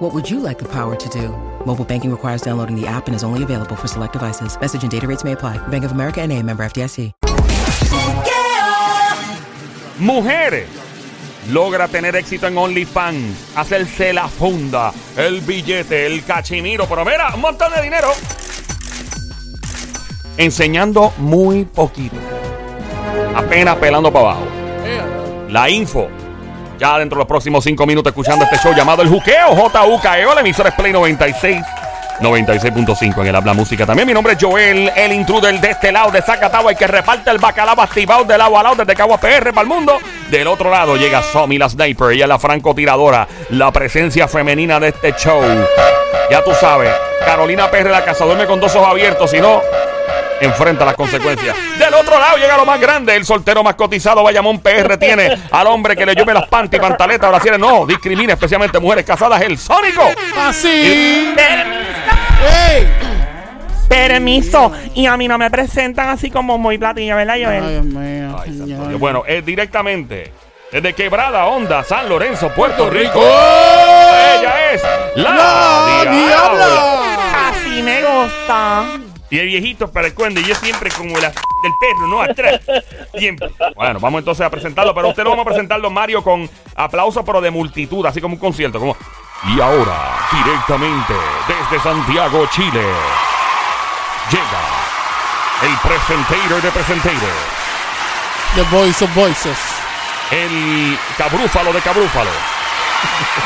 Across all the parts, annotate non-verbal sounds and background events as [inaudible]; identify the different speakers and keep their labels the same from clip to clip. Speaker 1: What would you like the power to do? Mobile banking requires downloading the app and is only available for select devices. Message and data rates may apply. Bank of America and a member FDIC.
Speaker 2: Mujeres. Logra tener éxito en OnlyFans, hacerse la funda, el billete, el cachimiro, pero mira, un montón de dinero. Enseñando muy poquito. Apenas pelando para abajo. La info. Ya dentro de los próximos cinco minutos escuchando este show llamado El Juqueo, J.U.K.E.O., E, la emisora es Play 96. 96.5 en el Habla Música. También mi nombre es Joel, el intruder de este lado de Zacatau, el que reparte el bacalao activado del agua a lado desde Cagua PR para el mundo. Del otro lado llega Somi, la sniper, ella es la francotiradora, la presencia femenina de este show. Ya tú sabes, Carolina PR, la casa duerme con dos ojos abiertos, si no, enfrenta las consecuencias. Del otro lado llega lo más grande, el soltero más cotizado, Bayamón PR, tiene al hombre que le llueve las panty, pantaletas, brasieres, no, discrimina especialmente mujeres casadas, el sónico.
Speaker 3: Así.
Speaker 4: Permiso. Y a mí no me presentan así como muy platillo, ¿verdad, eh. Joel?
Speaker 3: Ay, Dios mío.
Speaker 2: Ay, santo
Speaker 3: señor.
Speaker 2: Dios. Bueno, es directamente desde Quebrada Honda, San Lorenzo, Puerto Rico.
Speaker 3: ¡Oh!
Speaker 2: Ella es la,
Speaker 3: ¡La
Speaker 2: Diabla.
Speaker 3: diabla!
Speaker 4: Así me gusta.
Speaker 2: Y el viejito es para el cuento. Y yo siempre como la del perro, ¿no? Atrás. Siempre. Bueno, vamos entonces a presentarlo. Pero usted lo vamos a presentarlo, Mario, con aplausos, pero de multitud, así como un concierto. Como... Y ahora, directamente desde Santiago, Chile, llega el presentator de presentators.
Speaker 3: The voice of voices.
Speaker 2: el cabrúfalo de cabrúfalo.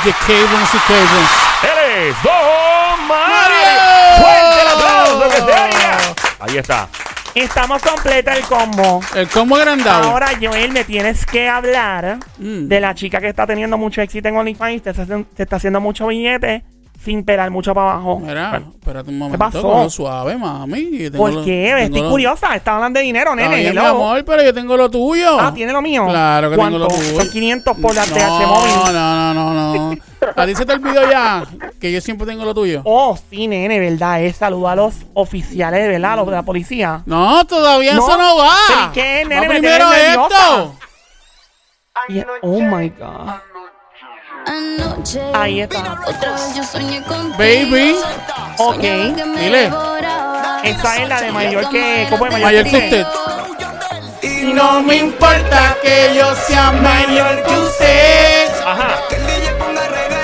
Speaker 3: The caverns of caverns.
Speaker 2: Él es Don Mario.
Speaker 3: ¡Mario!
Speaker 2: Fuerte el aplauso desde allá. Ahí está.
Speaker 4: Estamos completa el combo.
Speaker 3: El combo agrandado.
Speaker 4: Ahora, Joel, me tienes que hablar
Speaker 3: Mm.
Speaker 4: de la chica que está teniendo mucho éxito en OnlyFans. Te está, haciendo- te está haciendo mucho billete sin pelar mucho para abajo.
Speaker 3: Mira, espérate un momento.
Speaker 4: pasó?
Speaker 3: cógelo suave, mami. que tengo
Speaker 4: ¿Por
Speaker 3: lo-
Speaker 4: qué?
Speaker 3: tengo
Speaker 4: Estoy
Speaker 3: lo-
Speaker 4: curiosa. Estás hablando de dinero,
Speaker 3: Está
Speaker 4: nene.
Speaker 3: bien, mi
Speaker 4: hello.
Speaker 3: amor, pero yo tengo lo tuyo.
Speaker 4: Ah, ¿tiene lo mío?
Speaker 3: Claro que tengo lo
Speaker 4: ¿Cuánto?
Speaker 3: tuyo.
Speaker 4: Son 500 por la
Speaker 3: no,
Speaker 4: TH
Speaker 3: No,
Speaker 4: móvil.
Speaker 3: no, no, no. A ti se te olvidó ya que yo siempre tengo lo tuyo.
Speaker 4: Oh, sí, nene, ¿verdad? Es saludo a los oficiales, ¿verdad? A los de la policía.
Speaker 3: No, todavía
Speaker 4: No.
Speaker 3: eso no va.
Speaker 4: Pero ¿y qué, nene?
Speaker 3: Va
Speaker 4: Me
Speaker 3: primero
Speaker 4: tienes
Speaker 3: esto.
Speaker 4: nerviosa. Yeah, Oh my God.
Speaker 5: Anoche.
Speaker 4: Ahí está.
Speaker 5: Otra vez yo soñé contigo.
Speaker 3: Baby.
Speaker 4: Ok.
Speaker 5: Soñaba que me
Speaker 3: Dile.
Speaker 5: devoraba.
Speaker 4: Esa es la de mayor que- ¿cómo es?
Speaker 3: Mayor que
Speaker 4: usted.
Speaker 3: usted. Y no me importa que yo sea mayor que usted.
Speaker 2: Ajá.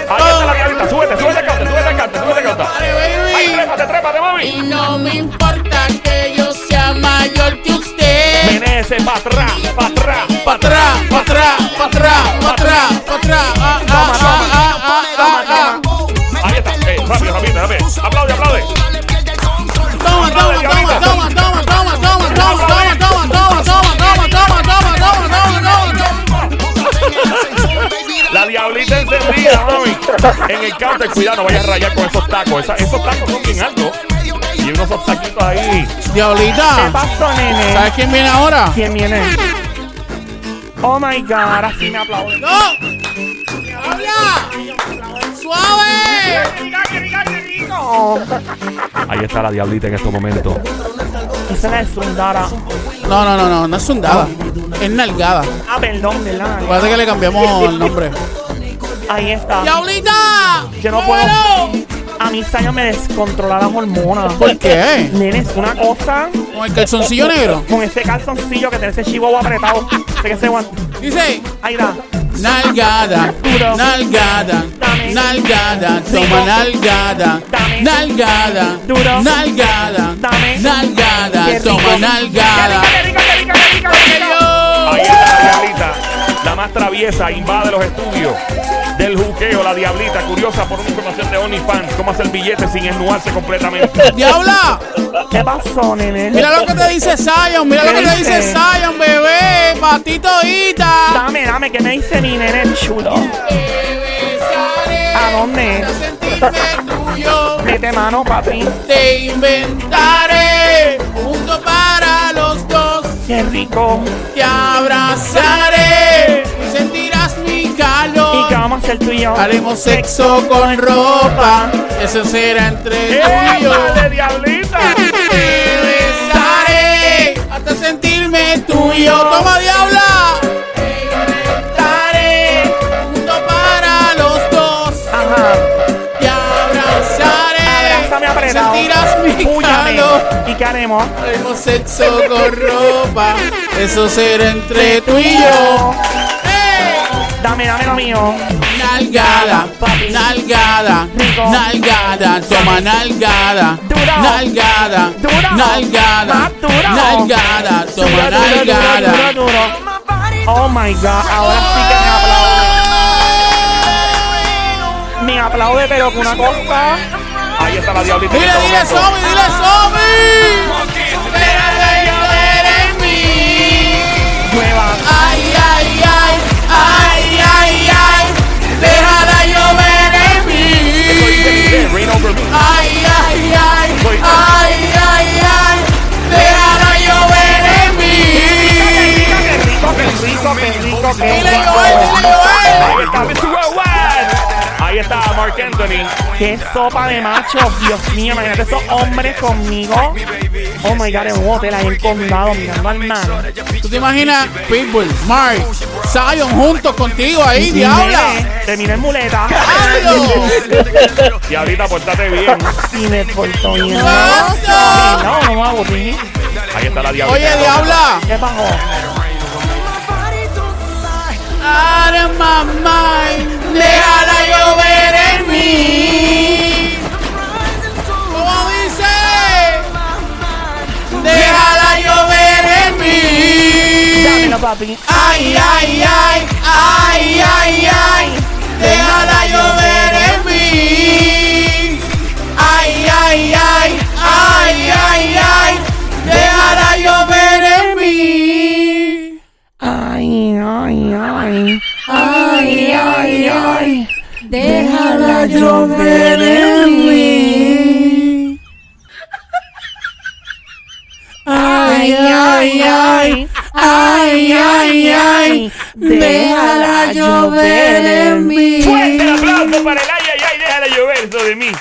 Speaker 2: Ahí está la carita. Súbete, súbete al cante, súbete al cante, súbete al cante.
Speaker 3: Pare,
Speaker 2: Ay,
Speaker 3: baby.
Speaker 2: trépate, trépate, mami.
Speaker 3: Y no me importa que yo sea mayor que usted.
Speaker 2: Menece pa' atrás, pa' atrás, pa'
Speaker 3: Pa'
Speaker 2: atrás.
Speaker 3: atrás, pa' atrás, pa' atrás, pa' atrás, pa' atrás. Ah, ah, ah, ah, ah, ah, ah.
Speaker 2: Ahí está. Eh, rápido, rápido, rápido. Aplaude, aplaude.
Speaker 3: Toma, toma, toma, toma, toma, toma, toma, toma, toma, toma, toma, toma, toma, toma, toma, toma, toma, toma, toma.
Speaker 2: La diablita encendida, mami. En el counter, cuidado, no vayas a rayar con esos tacos. Esa- esos tacos son bien altos. Y unos taquitos ahí.
Speaker 4: ¿Qué
Speaker 3: Diablita,
Speaker 4: pasó, nene?
Speaker 3: ¿sabes quién viene ahora?
Speaker 4: ¿Quién viene? Oh my God, ahora sí me aplauden.
Speaker 3: ¡No! ¡Habla! ¡Suave!
Speaker 4: No,
Speaker 2: Ahí está la diablita en estos momentos.
Speaker 4: esa es la de Sundara.
Speaker 3: No, no, no, no, no es sundada. Es nalgada.
Speaker 4: Ah, perdón, ¿verdad?
Speaker 3: Parece que le cambiamos el nombre.
Speaker 4: Ahí está.
Speaker 3: ¡Diablita!
Speaker 4: Yo no puedo. A mis años me descontrola las hormonas.
Speaker 3: ¿Por qué?
Speaker 4: Nene, es una cosa
Speaker 3: Con el calzoncillo negro.
Speaker 4: con ese calzoncillo que tiene ese chihuahua apretado. Sé que se guante.
Speaker 3: Dice,
Speaker 4: Ahí da.
Speaker 3: nalgada, nalgada, nalgada, toma nalgada, nalgada, nalgada, nalgada, toma nalgada.
Speaker 2: Ahí está la diablita, la más traviesa, invade los estudios del juqueo, la diablita, curiosa por una información de OnlyFans, cómo hacer billetes sin esnuarse completamente.
Speaker 3: ¡Diabla!
Speaker 4: ¿Qué pasó, nene?
Speaker 3: Mira lo que te dice Zion, mira lo que te dice Zion, bebé, patito Ita.
Speaker 4: Dame, dame, que me dice mi nene chulo. ¿A dónde? Mete mano, papi.
Speaker 3: Te inventaré un mundo para los dos.
Speaker 4: qué rico.
Speaker 3: Te abrazaré y sentirás mi
Speaker 4: ¿Y qué
Speaker 3: calor.
Speaker 4: vamos a hacer tú y yo?
Speaker 3: Haremos sexo con ropa. Eso será entre tú y yo.
Speaker 4: ¡Épale, diablita!
Speaker 3: Te besaré hasta sentirme tuyo. ¡Toma, diabla! Te conectaré junto para los dos.
Speaker 4: Ajá,
Speaker 3: Te abrazaré.
Speaker 4: abrázame apretado.
Speaker 3: Sentirás mi
Speaker 4: Púyame.
Speaker 3: calor.
Speaker 4: ¿Y qué haremos?
Speaker 3: Haremos sexo con ropa. Eso será entre tú y yo. ¡Ey!
Speaker 4: Dame, dame lo mío.
Speaker 3: Nalgada, nalgada,
Speaker 4: Rico.
Speaker 3: nalgada, toma nalgada,
Speaker 4: Duro.
Speaker 3: nalgada,
Speaker 4: Duro.
Speaker 3: nalgada,
Speaker 4: Más duro.
Speaker 3: nalgada, toma
Speaker 4: Duro, duro,
Speaker 3: nalgada.
Speaker 4: duro, duro, duro. Oh my God, ahora sí que me aplaude. Me aplaude, pero con una cosa.
Speaker 2: Ahí está la diablita. en
Speaker 3: Dile,
Speaker 2: este
Speaker 3: dile,
Speaker 2: momento.
Speaker 3: Somi, dile, Somi. Espérate llover en mí.
Speaker 4: Nueva.
Speaker 3: Ay, ay, ay, ay, ay, ay. Déjala llover en mí.
Speaker 2: Rain over me.
Speaker 3: Ay, ay, ay, ay, ay, ay, déjala llover en mí.
Speaker 4: ¡Qué rico, qué rico, qué rico, qué
Speaker 3: Dile Joel,
Speaker 4: rico!
Speaker 3: dile Joel.
Speaker 2: Ahí está Mr. Worldwide. Ahí está Mark Anthony.
Speaker 4: ¡Qué sopa de machos! Dios mío, imagínate esos hombres conmigo. Oh my God, en un hotel ahí en condado mirando al mar.
Speaker 3: ¿Tú te imaginas Pitbull, Mark, Zion juntos contigo ahí, diabla?
Speaker 4: Nene, Terminé en muleta.
Speaker 3: ¡Hablo!
Speaker 2: Diablita, pórtate bien.
Speaker 4: Y me portó bien.
Speaker 3: ¡Basta!
Speaker 4: No, no me aburrí.
Speaker 2: Ahí está la diablita.
Speaker 3: Oye, diabla.
Speaker 4: ¿Qué pasó?
Speaker 3: Out of my mind, déjala llover en mí. ¿Cómo dice? Déjala llover en mí.
Speaker 4: Dámelo, papi.
Speaker 3: Ay, ay, ay, ay, ay, ay, déjala llover en mí. Ay, ay, ay, ay, ay, ay, déjala llover en mí.
Speaker 4: Ay, ay, ay.
Speaker 3: Ay, ay, ay,
Speaker 5: Déjala
Speaker 3: llover en mí. Ay, ay, ay, ay, ay, ay, déjala llover en mí.
Speaker 2: Fuerte el aplauso para el ay, ay, ay, déjala llover sobre mí.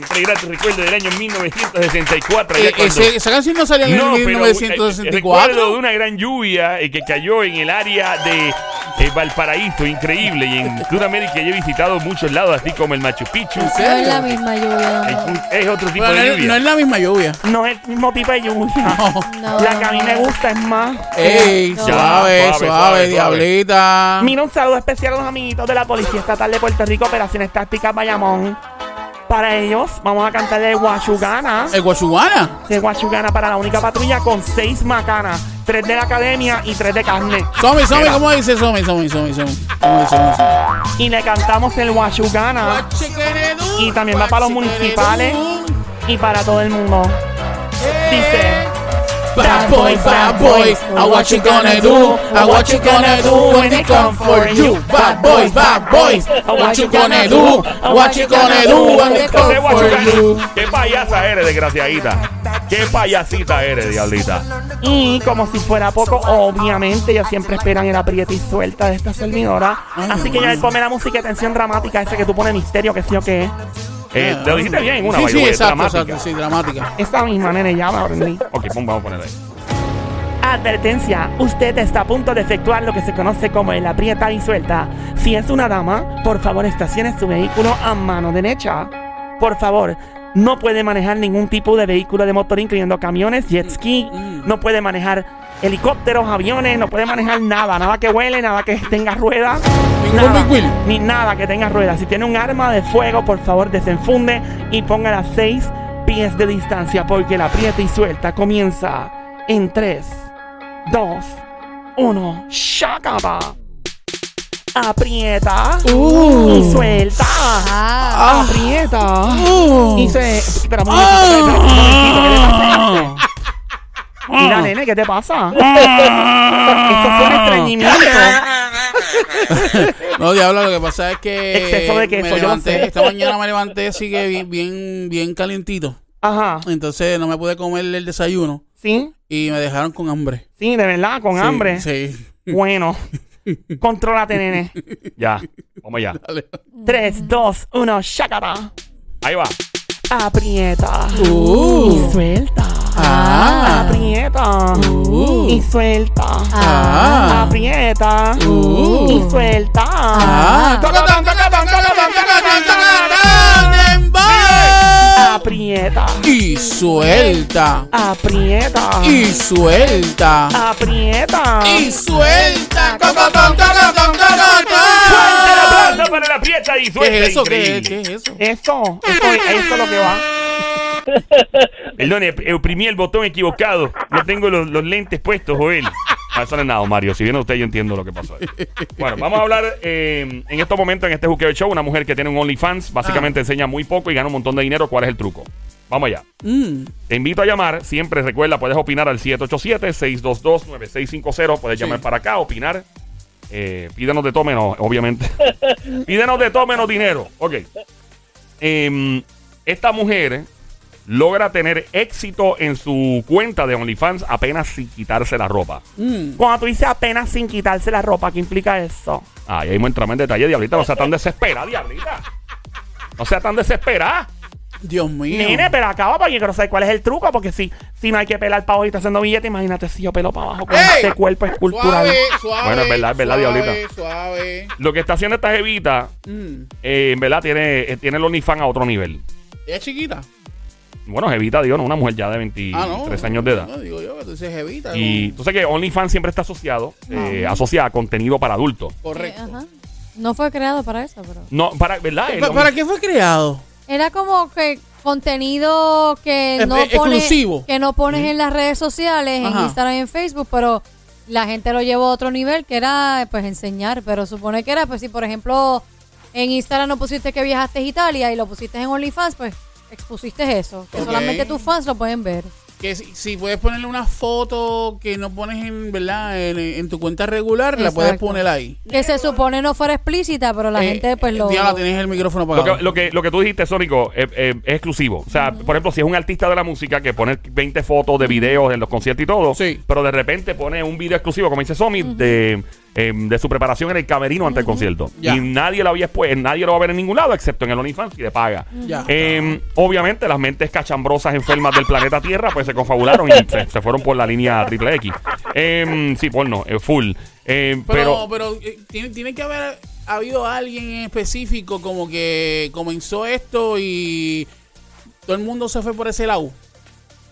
Speaker 2: Un flagrante recuerdo del año 1964. allá
Speaker 3: Eh,
Speaker 2: cuando-
Speaker 3: ese- esa canción no salió en el
Speaker 2: No, pero eh, recuerdo de
Speaker 3: 1964.
Speaker 2: una gran lluvia eh, que cayó en el área de eh, Valparaíso, increíble, y en Sudamérica yo he visitado muchos lados, así como el Machu Picchu.
Speaker 3: ¿En
Speaker 5: No es la
Speaker 3: serio?
Speaker 5: misma
Speaker 2: Es,
Speaker 5: lluvia.
Speaker 2: un- es otro tipo
Speaker 3: Bueno, no,
Speaker 2: de
Speaker 3: es-
Speaker 2: lluvia.
Speaker 3: no es la misma lluvia.
Speaker 4: No es el mismo tipo de lluvia.
Speaker 5: No.
Speaker 4: La que a mí me gusta es más.
Speaker 3: Ey,
Speaker 5: No.
Speaker 3: suave,
Speaker 2: Suave,
Speaker 3: suave,
Speaker 2: suave,
Speaker 3: diablita.
Speaker 4: Mira, un saludo especial a los amiguitos de la Policía Estatal de Puerto Rico, Operaciones Tácticas Bayamón. Para ellos, vamos a cantarle Guachugana.
Speaker 3: El guachubana.
Speaker 4: De Guachugana para la única patrulla con seis macanas. Tres de la academia y tres de carne.
Speaker 3: Somi, Somi,
Speaker 2: Mira.
Speaker 3: ¿cómo dice Somi, Somi, Somi, Somi? Somi, Somi, Somi.
Speaker 4: Y le cantamos el Guachugana. Y también va para los municipales. Y para todo el mundo. Dice.
Speaker 3: Bad boy, bad boy, I what you gonna do, I what you gonna do when they come for you. Bad boy, bad boy, I what you gonna do, I what you gonna do when they come
Speaker 2: José
Speaker 3: for you.
Speaker 2: Guachugana, Qué payasa eres, desgraciadita. Qué payasita eres, diablita.
Speaker 4: Y como si fuera poco, obviamente ellos siempre esperan el apriete y suelta de esta servidora.
Speaker 3: Ay,
Speaker 4: Así que
Speaker 3: Dios
Speaker 4: ya
Speaker 3: mío.
Speaker 4: come la música de tensión dramática, ese que tú pones misterio, que sí o qué.
Speaker 2: Eh, lo dijiste bien, una
Speaker 3: Sí,
Speaker 2: by
Speaker 3: sí,
Speaker 2: the way,
Speaker 3: exacto,
Speaker 2: dramática.
Speaker 3: exacto, sí, dramática.
Speaker 4: Esta misma nene ya me aprendí.
Speaker 2: Ok, pum, vamos a poner ahí.
Speaker 4: Advertencia, usted está a punto de efectuar lo que se conoce como el aprieta y suelta. Si es una dama, por favor estacione su vehículo a mano derecha. Por favor, no puede manejar ningún tipo de vehículo de motor, incluyendo camiones, jet ski, no puede manejar helicópteros, aviones, no puede manejar nada, nada que huele, nada que tenga ruedas.
Speaker 3: Ningún
Speaker 4: Nada,
Speaker 3: Big Wheel.
Speaker 4: ni nada que tenga ruedas. Si tiene un arma de fuego, por favor desenfunde y ponga a seis pies de distancia porque la aprieta y suelta comienza en 3, 2, 1. ¡Shakaba! Aprieta
Speaker 3: Uh.
Speaker 4: y suelta.
Speaker 5: Ah.
Speaker 4: Aprieta
Speaker 3: Uh.
Speaker 4: y se. Espera un momentito, espera un momentito, ¿qué te pasa?
Speaker 3: [laughs] Ah.
Speaker 4: Mira, nene, ¿qué te pasa?
Speaker 3: Ah.
Speaker 4: Eso fue un estreñimiento.
Speaker 3: No, diablo, lo que pasa es que.
Speaker 4: Exceso de queso,
Speaker 3: me
Speaker 4: yo lo sé.
Speaker 3: levanté, Esta mañana me levanté, así que bien, bien, bien calentito.
Speaker 4: Ajá.
Speaker 3: Entonces no me pude comer el desayuno.
Speaker 4: Sí,
Speaker 3: y me dejaron con hambre.
Speaker 4: sí, de verdad, con
Speaker 3: Sí,
Speaker 4: hambre.
Speaker 3: Sí. [laughs]
Speaker 4: Bueno, contrólate, nene.
Speaker 2: Ya, vamos allá.
Speaker 3: Dale.
Speaker 4: 3, 2, 1, shakata.
Speaker 2: Ahí va.
Speaker 4: Aprieta.
Speaker 3: Uh.
Speaker 4: Y suelta.
Speaker 3: Ah.
Speaker 4: Aprieta.
Speaker 3: Uh.
Speaker 4: Y suelta.
Speaker 3: Ah.
Speaker 4: Aprieta.
Speaker 3: Uh.
Speaker 4: Y suelta.
Speaker 3: Ah. Tocatán, tocatán, tocatán, tocatán, tocatán, en bar.
Speaker 4: Aprieta.
Speaker 3: Y suelta.
Speaker 4: Aprieta.
Speaker 3: Y suelta.
Speaker 4: Aprieta.
Speaker 3: Y suelta. Tocatán, tocatán,
Speaker 2: ¡Fuerte el
Speaker 3: tocatán.
Speaker 2: aplauso para la aprieta y
Speaker 3: ¿Qué
Speaker 2: suelta!
Speaker 3: es eso? ¿Qué,
Speaker 2: increíble.
Speaker 3: qué es eso?
Speaker 4: Eso, eso, eso es lo que va.
Speaker 2: Perdón, ep- oprimí el botón equivocado. No tengo los, los lentes puestos, Joel. Ah, Eso no es nada, Mario. Si viene usted, yo entiendo lo que pasó. ahí. Bueno, vamos a hablar eh, en estos momentos, en este juqueo show, una mujer que tiene un OnlyFans, básicamente
Speaker 3: Ah.
Speaker 2: enseña muy poco y gana un montón de dinero. ¿Cuál es el truco? Vamos allá.
Speaker 3: Mm.
Speaker 2: Te invito a llamar. Siempre recuerda, puedes opinar al 787-622-9650. Puedes llamar
Speaker 3: Sí.
Speaker 2: para acá, opinar. Eh, pídenos de todo menos, obviamente. [laughs] pídenos de todo menos dinero. Ok. Em, esta mujer logra tener éxito en su cuenta de OnlyFans apenas sin quitarse la ropa.
Speaker 3: Mm.
Speaker 4: Cuando tú dices apenas sin quitarse la ropa, ¿qué implica eso?
Speaker 2: Ah, y ahí me entramos en detalle, Diablita. No sea tan desesperada, Diablita. No sea tan desesperada.
Speaker 3: Dios mío.
Speaker 4: Nene, pero acaba porque quiero saber cuál es el truco, porque si, si no hay que pelar para abajo y está haciendo billete, imagínate si yo pelo para abajo con
Speaker 3: ¡Ey!
Speaker 4: este cuerpo escultural.
Speaker 3: Suave, suave.
Speaker 2: Bueno, es verdad, es verdad,
Speaker 3: suave,
Speaker 2: diablita.
Speaker 3: Suave.
Speaker 2: Lo que está haciendo esta jevita
Speaker 3: Mm.
Speaker 2: eh, en verdad tiene, eh, tiene el OnlyFans a otro nivel.
Speaker 3: Ella es chiquita.
Speaker 2: Bueno, Jevita, digo, no, una mujer ya de 23
Speaker 3: Ah, no.
Speaker 2: años de edad.
Speaker 3: No, digo yo, que tú dices jevita.
Speaker 2: Y
Speaker 3: ¿no?
Speaker 2: tú sabes que OnlyFans siempre está asociado, eh,
Speaker 3: Ah.
Speaker 2: asocia a contenido para adultos.
Speaker 3: Correcto.
Speaker 2: eh,
Speaker 5: Ajá. No fue creado para eso, pero.
Speaker 2: No, para, ¿verdad? El
Speaker 3: ¿Pa-
Speaker 2: Only-
Speaker 3: ¿Para qué fue creado?
Speaker 5: Era como que contenido que
Speaker 3: Ex-
Speaker 5: no pones,
Speaker 3: exclusivo.
Speaker 5: que no pones en las redes sociales,
Speaker 3: Ajá.
Speaker 5: en Instagram y en Facebook, pero la gente lo llevó a otro nivel que era pues enseñar, pero supone que era pues si por ejemplo en Instagram no pusiste que viajaste a Italia y lo pusiste en OnlyFans, pues expusiste eso, que
Speaker 3: Ok.
Speaker 5: solamente tus fans lo pueden ver.
Speaker 3: Que si, si puedes ponerle una foto que no pones en, ¿verdad? en, en tu cuenta regular, la
Speaker 5: Exacto.
Speaker 3: puedes poner ahí.
Speaker 5: Que se supone no fuera explícita, pero la
Speaker 3: Eh,
Speaker 5: gente pues
Speaker 3: eh,
Speaker 5: lo
Speaker 3: Diabla, tienes el micrófono
Speaker 2: Lo
Speaker 3: apagado.
Speaker 2: que, lo, que, lo que tú dijiste, Sónico, eh, eh, es exclusivo. O sea, por ejemplo, si es un artista de la música que pone 20 fotos de videos en los conciertos y todo,
Speaker 3: Sí.
Speaker 2: pero de repente pone un video exclusivo, como dice Somi, de, eh, de su preparación en el camerino ante el concierto.
Speaker 3: Ya.
Speaker 2: Y nadie lo, había, expu- nadie lo va a ver en ningún lado, excepto en el OnlyFans, y le paga.
Speaker 3: Ya.
Speaker 2: Eh, obviamente, las mentes cachambrosas enfermas del planeta Tierra, pues se confabularon y se, se fueron por la línea triple X. Eh, sí, porno, eh, full. Eh,
Speaker 3: pero,
Speaker 2: pero,
Speaker 3: pero, eh, tiene, tiene que haber habido alguien en específico como que comenzó esto y todo el mundo se fue por ese lado.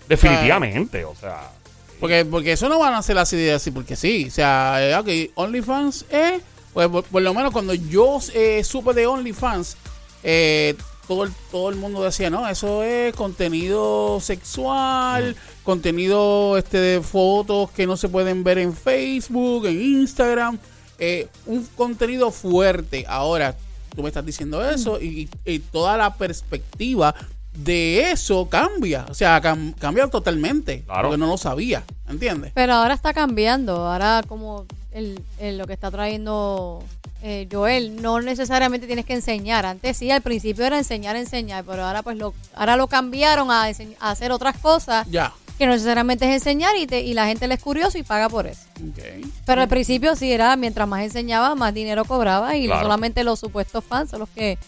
Speaker 2: definitivamente, o sea.
Speaker 3: Porque, porque eso no van a hacer así de así, porque sí. O sea, eh, ok, OnlyFans es. Pues por, por lo menos cuando yo eh, supe de OnlyFans, eh, todo, el, todo el mundo decía, no, eso es contenido sexual, contenido este de fotos que no se pueden ver en Facebook, en Instagram. eh, un contenido fuerte. Ahora, tú me estás diciendo eso y, y toda la perspectiva de eso cambia. O sea, cam- cambia totalmente.
Speaker 2: Claro.
Speaker 3: Porque no lo sabía, ¿entiendes?
Speaker 5: Pero ahora está cambiando, ahora como el, el- lo que está trayendo eh, Joel, no necesariamente tienes que enseñar. Antes sí, al principio era enseñar, enseñar, pero ahora pues lo, ahora lo cambiaron a, ense- a hacer otras cosas
Speaker 3: Ya.
Speaker 5: que no necesariamente es enseñar y, te- y la gente le es curioso y paga por eso.
Speaker 3: Ok.
Speaker 5: Pero al principio sí era, mientras más enseñaba, más dinero cobraba y
Speaker 2: Claro.
Speaker 5: solamente los supuestos fans son los que,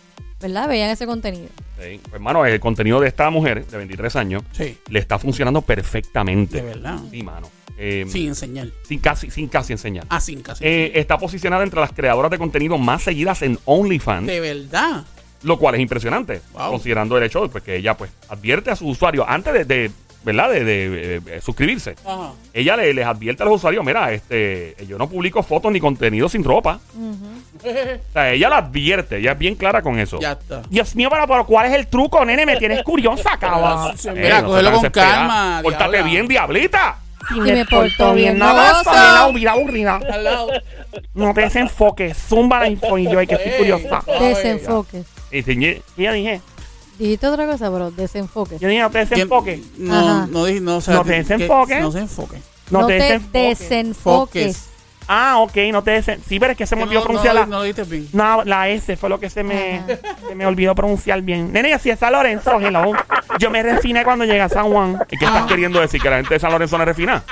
Speaker 5: ¿verdad? Veían ese contenido.
Speaker 2: Sí. Pues, Hermano, el contenido de esta mujer de 23 años
Speaker 3: Sí,
Speaker 2: le está funcionando
Speaker 3: de
Speaker 2: perfectamente.
Speaker 3: verdad.
Speaker 2: Sí, mano. Eh,
Speaker 3: Sin enseñar.
Speaker 2: Sin casi, sin casi enseñar.
Speaker 3: Ah, sin casi.
Speaker 2: Eh, está posicionada entre las creadoras de contenido más seguidas en OnlyFans,
Speaker 3: de verdad.
Speaker 2: lo cual es impresionante,
Speaker 3: Wow.
Speaker 2: considerando el hecho de pues, que ella pues advierte a sus usuarios antes de, de- ¿verdad? De, de, eh, eh, suscribirse.
Speaker 3: Ajá.
Speaker 2: Ella le- les advierte a los usuarios, mira, este, yo no publico fotos ni contenido sin ropa. O sea, ella la advierte, ella es bien clara con eso.
Speaker 3: ya está.
Speaker 4: Dios mío, pero, pero ¿cuál es el truco, nene? Me tienes
Speaker 3: [laughs]
Speaker 4: curiosa, cabrón.
Speaker 3: Ah, Sí,
Speaker 2: Eh,
Speaker 3: Mira,
Speaker 2: no
Speaker 3: cógelo
Speaker 2: seas
Speaker 3: con
Speaker 2: desesperada.
Speaker 3: calma.
Speaker 2: Pórtate
Speaker 3: diabla.
Speaker 2: bien, diablita.
Speaker 4: Si
Speaker 5: me porto bien,
Speaker 4: no
Speaker 5: no
Speaker 4: vas
Speaker 3: gozo.
Speaker 4: a la vida aburrida.
Speaker 3: Al lado.
Speaker 4: No te desenfoques, zumba la info y yo, ay, que estoy
Speaker 3: Ey.
Speaker 4: curiosa.
Speaker 3: Ay,
Speaker 5: Desenfoque.
Speaker 2: Y tiñe-
Speaker 4: Y Yo dije,
Speaker 5: Dijiste otra cosa, pero desenfoque.
Speaker 4: yo dije, no te
Speaker 3: ¿Quién-
Speaker 4: desenfoques.
Speaker 3: No,
Speaker 5: Ajá.
Speaker 3: no, dije- no, o sea,
Speaker 4: No te
Speaker 3: que- que-
Speaker 4: desenfoques.
Speaker 3: No se enfoque.
Speaker 4: No,
Speaker 5: No
Speaker 4: te
Speaker 5: te
Speaker 4: desenfoques.
Speaker 5: desenfoques.
Speaker 4: Ah, ok, no te des. Sí, pero es que se me
Speaker 3: No,
Speaker 4: olvidó
Speaker 3: no,
Speaker 4: pronunciar
Speaker 3: no,
Speaker 4: la.
Speaker 3: no lo diste bien.
Speaker 4: No, la S fue lo que se me, se me olvidó pronunciar bien. Nene, si está Lorenzo, hello. Yo me refiné cuando llegué a San Juan.
Speaker 2: ¿Qué
Speaker 3: Ah.
Speaker 2: estás queriendo decir? ¿Que la gente de San Lorenzo no es
Speaker 3: [laughs]
Speaker 2: refinada?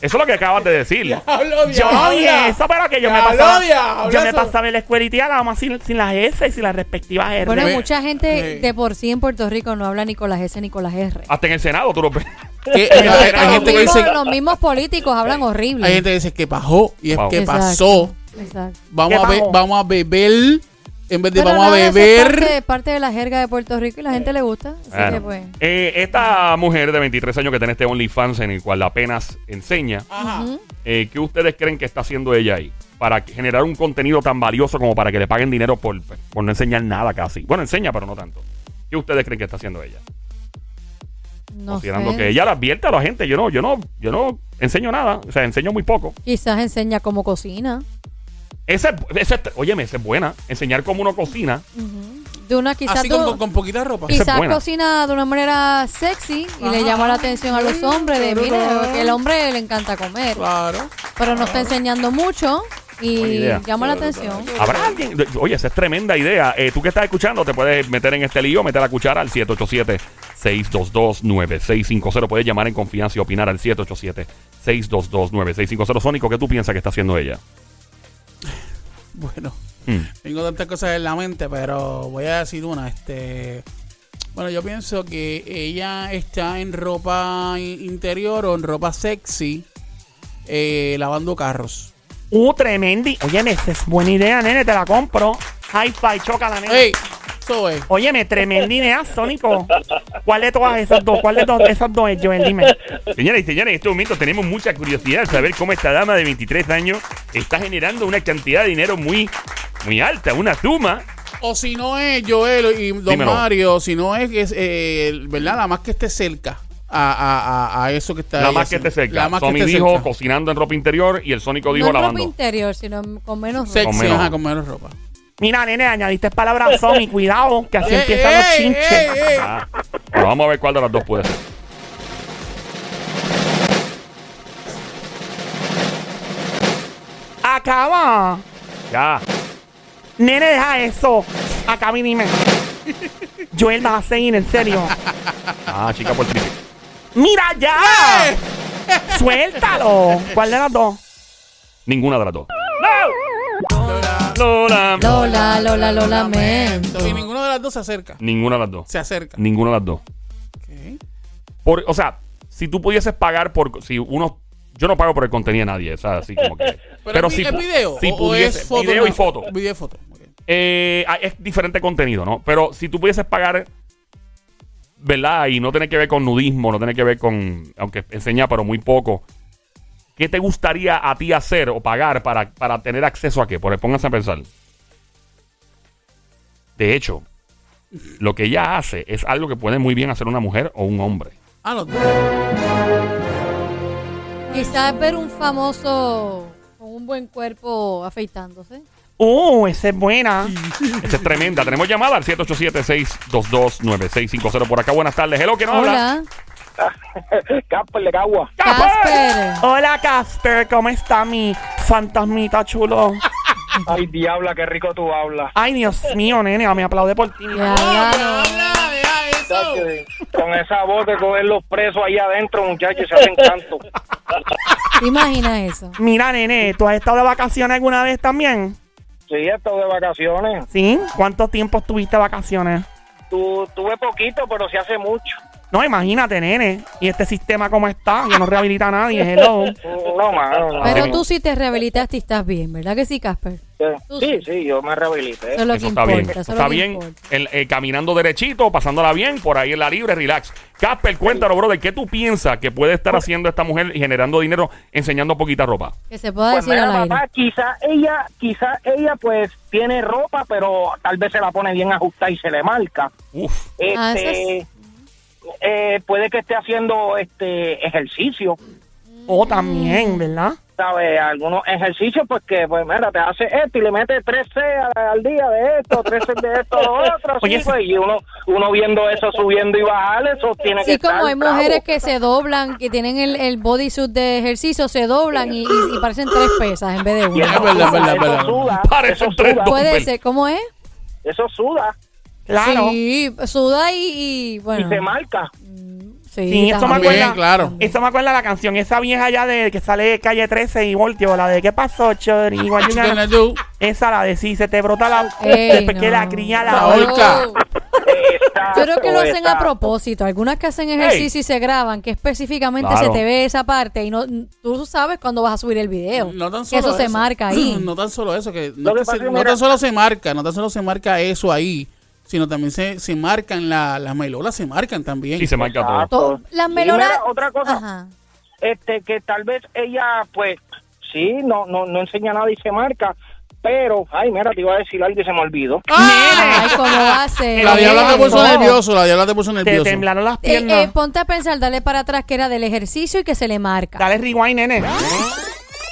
Speaker 2: Eso es lo que acabas de decir.
Speaker 3: Hablo
Speaker 4: Yo
Speaker 3: diabla.
Speaker 4: oye eso, pero que yo me
Speaker 3: Diablo,
Speaker 4: pasaba.
Speaker 3: diablo,
Speaker 4: Yo me
Speaker 3: eso.
Speaker 4: pasaba en la escuelita nada más sin, sin las S y sin las respectivas R.
Speaker 5: Bueno,
Speaker 3: Ve-
Speaker 5: mucha gente
Speaker 3: Sí.
Speaker 5: de por sí en Puerto Rico no habla ni con las S ni con las R.
Speaker 2: Hasta en el Senado tú lo ves.
Speaker 3: Que- hay- hay- Ah, hay
Speaker 5: Los
Speaker 3: gente que
Speaker 5: mismos,
Speaker 3: dice,
Speaker 5: los mismos políticos hablan horrible.
Speaker 3: hay gente que dice que bajó y es
Speaker 2: Wow.
Speaker 3: que
Speaker 5: Exacto,
Speaker 3: pasó.
Speaker 5: Exacto.
Speaker 3: Vamos
Speaker 4: ¿Qué
Speaker 3: a, be-
Speaker 4: bajó?
Speaker 3: vamos a beber en vez de
Speaker 5: Pero
Speaker 3: vamos a
Speaker 5: nada, eso Es parte,
Speaker 3: beber.
Speaker 5: de- parte de la jerga de Puerto Rico y la gente le gusta. Así
Speaker 2: Ah,
Speaker 5: que
Speaker 2: no.
Speaker 5: pues.
Speaker 2: Eh, esta mujer de 23 años que tiene este OnlyFans en el cual apenas enseña,
Speaker 3: Ajá.
Speaker 2: eh, ¿qué ustedes creen que está haciendo ella ahí? Para generar un contenido tan valioso como para que le paguen dinero por, por no enseñar nada casi. Bueno, enseña, pero no tanto. ¿Qué ustedes creen que está haciendo ella?
Speaker 5: No
Speaker 2: Considerando
Speaker 5: sé.
Speaker 2: que ella la advierte a la gente. Yo no, yo no, yo no enseño nada. O sea, enseño muy poco.
Speaker 5: Quizás enseña cómo cocina.
Speaker 2: Esa, es- esa, es- óyeme, esa es buena. Enseñar cómo uno cocina.
Speaker 5: De una quizás
Speaker 3: Así
Speaker 5: de-
Speaker 3: con, con, con poquita ropa.
Speaker 2: Esa es
Speaker 5: Quizás
Speaker 2: buena.
Speaker 5: cocina de una manera sexy y le
Speaker 3: Ajá.
Speaker 5: llama la atención a los hombres de, mire,
Speaker 3: Claro.
Speaker 5: que el hombre le encanta comer,
Speaker 3: Claro.
Speaker 5: pero no está enseñando mucho
Speaker 2: Buena
Speaker 5: y
Speaker 2: idea.
Speaker 5: llama la atención.
Speaker 2: ¿Habrá alguien? Oye, esa es tremenda idea. Eh, tú que estás escuchando, te puedes meter en este lío, meter la cuchara al 787-622-9650. Puedes llamar en confianza y opinar al 787-622-9650. Sónico, ¿qué tú piensas que está haciendo ella?
Speaker 3: Bueno.
Speaker 2: Hmm.
Speaker 3: Tengo tantas cosas en la mente, pero voy a decir una. Este, bueno, yo pienso que ella está en ropa in- interior o en ropa sexy, eh, lavando carros.
Speaker 4: Uh, tremendi. Óyeme, esa es buena idea, nene, te la compro. High five, choca la nene.
Speaker 3: ¡Ey! Eso es.
Speaker 4: Óyeme, tremenda idea, Sónico. ¿Cuál de todas esas dos? ¿Cuál de todas esas dos es, Joel? Dime.
Speaker 2: [laughs] Señoras y señores, en este momento tenemos mucha curiosidad de saber cómo esta dama de 23 años está generando una cantidad de dinero muy, muy alta, una suma.
Speaker 3: O si no es Joel y Don
Speaker 2: Dímelo.
Speaker 3: Mario, si no es, es, eh, ¿verdad? La más que esté cerca a, a- a- a eso que está
Speaker 2: la
Speaker 3: ahí
Speaker 2: más que
Speaker 3: haciendo.
Speaker 2: esté cerca.
Speaker 3: La más que
Speaker 2: Tommy
Speaker 3: esté
Speaker 2: dijo
Speaker 3: cerca.
Speaker 2: cocinando en ropa interior y el Sónico dijo
Speaker 5: no en ropa
Speaker 2: lavando.
Speaker 5: interior, sino en- con menos ropa.
Speaker 3: Sexy,
Speaker 2: Con menos.
Speaker 3: ajá, con menos ropa.
Speaker 4: Mira, nene, añadiste palabras Sonic, cuidado, que así
Speaker 3: Ey,
Speaker 4: empiezan
Speaker 3: Eh,
Speaker 4: los
Speaker 3: ey,
Speaker 4: chinches.
Speaker 3: ey, ey.
Speaker 2: Ah, bueno, vamos a ver cuál de las dos puede ser.
Speaker 4: Acaba.
Speaker 2: Ya.
Speaker 4: Nene, deja eso. Acaba y dime. Joel, vas a seguir, en serio.
Speaker 2: Ah, chica por triple.
Speaker 4: ¡Mira ya! ¡Suéltalo! ¿Cuál de las dos?
Speaker 2: Ninguna de las dos. Lola.
Speaker 5: Lola, Lola, lo lamento.
Speaker 3: Y ninguno de las dos se acerca.
Speaker 2: Ninguna de las dos.
Speaker 3: Se acerca.
Speaker 2: Ninguna de las dos.
Speaker 3: Ok.
Speaker 2: Por- o sea, si tú pudieses pagar por. Si uno. Yo no pago por el contenido de nadie, o sea, así
Speaker 3: [laughs]
Speaker 2: como que. Pero,
Speaker 3: es,
Speaker 2: si,
Speaker 3: vi- es
Speaker 2: pu-
Speaker 3: video.
Speaker 2: si
Speaker 3: o- o
Speaker 2: pudiese.
Speaker 3: es foto,
Speaker 2: video y
Speaker 3: no.
Speaker 2: foto.
Speaker 3: Video y foto. ok.
Speaker 2: Eh, ah, es diferente contenido, ¿no? Pero si tú pudieses pagar, ¿verdad? Y no tiene que ver con nudismo, no tiene que ver con. Aunque enseña, pero muy poco. ¿Qué te gustaría a ti hacer o pagar para, para tener acceso a qué? Por pónganse a pensar. De hecho, lo que ella hace es algo que puede muy bien hacer una mujer o un hombre.
Speaker 3: Ah, los dos.
Speaker 5: Quizás ver un famoso con un buen cuerpo afeitándose.
Speaker 4: ¡Uh, esa es buena!
Speaker 2: Esa es tremenda. Tenemos llamada al 787-622-9650 por acá. Buenas tardes. Hello, que no habla.
Speaker 5: Hola,
Speaker 6: Casper de Cagua.
Speaker 5: Casper.
Speaker 4: Hola, Casper, ¿cómo está mi fantasmita chulo?
Speaker 6: Ay, diabla, qué rico tú hablas.
Speaker 4: Ay, Dios mío, nene, me aplaude por ti.
Speaker 5: Ya, ya, no.
Speaker 3: deja eso.
Speaker 6: Con esa voz de cogerlos presos ahí adentro, muchachos, se hacen canto.
Speaker 5: ¿Te imaginas eso?
Speaker 4: Mira, nene, ¿tú has estado de vacaciones alguna vez también?
Speaker 6: Sí, esto de vacaciones.
Speaker 4: ¿Sí? ¿Cuánto tiempo estuviste de vacaciones?
Speaker 6: Tu- tuve poquito, pero se hace mucho.
Speaker 4: No, imagínate, nene. Y este sistema como está, que no rehabilita a nadie,
Speaker 5: [laughs]
Speaker 4: hello.
Speaker 6: No, mano. no.
Speaker 5: Pero tú si te rehabilitaste y estás bien, ¿verdad que sí, Casper?
Speaker 6: Sí, sí, yo me rehabilité.
Speaker 5: Eso es lo que
Speaker 2: Eso está
Speaker 5: importa.
Speaker 2: bien.
Speaker 5: eso es lo
Speaker 2: está
Speaker 5: que
Speaker 2: bien.
Speaker 5: importa.
Speaker 2: El, eh, caminando derechito, pasándola bien, por ahí en la libre, relax. Casper, cuéntanos, brother, ¿qué tú piensas que puede estar haciendo esta mujer y generando dinero enseñando poquita ropa?
Speaker 5: Que se pueda
Speaker 6: Pues
Speaker 5: decir
Speaker 6: mira,
Speaker 5: al aire.
Speaker 6: papá, quizá ella, quizá ella pues tiene ropa, pero tal vez se la pone bien ajustada y se le marca.
Speaker 2: Uf.
Speaker 5: Ah,
Speaker 6: Este, eh, puede que esté haciendo este ejercicio.
Speaker 4: O también, ¿verdad?
Speaker 6: ¿sabes? Algunos ejercicios, pues que, pues mira, te hace esto y le metes 13 al, al día de esto, 13 de esto, lo
Speaker 3: [laughs]
Speaker 6: otro,
Speaker 4: Oye,
Speaker 6: sí, pues, y uno, uno viendo eso, subiendo y bajar, eso tiene que
Speaker 5: Sí, como
Speaker 6: estar
Speaker 5: hay mujeres
Speaker 6: bravo.
Speaker 5: que se doblan, que tienen el, el bodysuit de ejercicio, se doblan y, y- y parecen tres pesas en vez de
Speaker 6: Y
Speaker 5: una.
Speaker 3: Es
Speaker 6: eso,
Speaker 3: verdad, es verdad, es
Speaker 6: eso
Speaker 3: verdad.
Speaker 6: suda,
Speaker 2: Parecen
Speaker 6: eso
Speaker 2: tres
Speaker 6: suda,
Speaker 5: Puede
Speaker 2: Dumbbell.
Speaker 5: ser, ¿cómo es?
Speaker 6: eso suda,
Speaker 4: Claro.
Speaker 5: Sí, suda y, y,
Speaker 6: y
Speaker 5: bueno.
Speaker 6: se marca.
Speaker 5: Sí,
Speaker 4: Sí, eso me
Speaker 5: también.
Speaker 4: acuerda.
Speaker 3: claro.
Speaker 4: Eso me acuerda la canción, esa vieja ya de que sale calle 13 y volteo, la de ¿Qué pasó, Chori? Igual
Speaker 3: What you
Speaker 4: una-
Speaker 3: gonna do?
Speaker 4: Esa la de si se te brota la.
Speaker 5: Ah, Ey,
Speaker 4: después que
Speaker 5: no.
Speaker 4: la cría la.
Speaker 3: La
Speaker 5: No.
Speaker 4: oiga.
Speaker 3: horca.
Speaker 5: Yo creo que lo hacen a propósito. Algunas que hacen ejercicio y se graban, que específicamente
Speaker 2: Claro.
Speaker 5: se te ve esa parte y no tú sabes cuándo vas a subir el video.
Speaker 3: No tan
Speaker 5: que
Speaker 3: solo
Speaker 5: eso, se marca ahí.
Speaker 3: [clears throat] No tan solo eso, que no,
Speaker 6: Lo que
Speaker 3: es que
Speaker 6: pasa
Speaker 3: se-
Speaker 6: es que
Speaker 3: no
Speaker 6: mira-
Speaker 3: tan solo se marca, no tan solo se marca eso ahí, sino también se, se marcan la- las mailolas, se marcan también.
Speaker 2: Sí, se marca todo.
Speaker 4: Oh,
Speaker 5: To- las
Speaker 6: Y
Speaker 5: melolas.
Speaker 6: mira, otra cosa.
Speaker 5: Ajá.
Speaker 6: este que tal vez ella pues sí no no no enseña nada y se marca pero ay mira te iba a decir algo y se me olvidó
Speaker 4: ¡Ah!
Speaker 5: Ay, cómo hace.
Speaker 3: Ah, La diabla te
Speaker 4: Eso.
Speaker 3: puso nervioso, la diabla te puso
Speaker 4: Te
Speaker 3: nervioso.
Speaker 4: temblaron las
Speaker 5: Eh,
Speaker 4: piernas.
Speaker 5: eh, ponte a pensar, dale para atrás que era del ejercicio y que se le marca.
Speaker 4: Dale rewind, nene.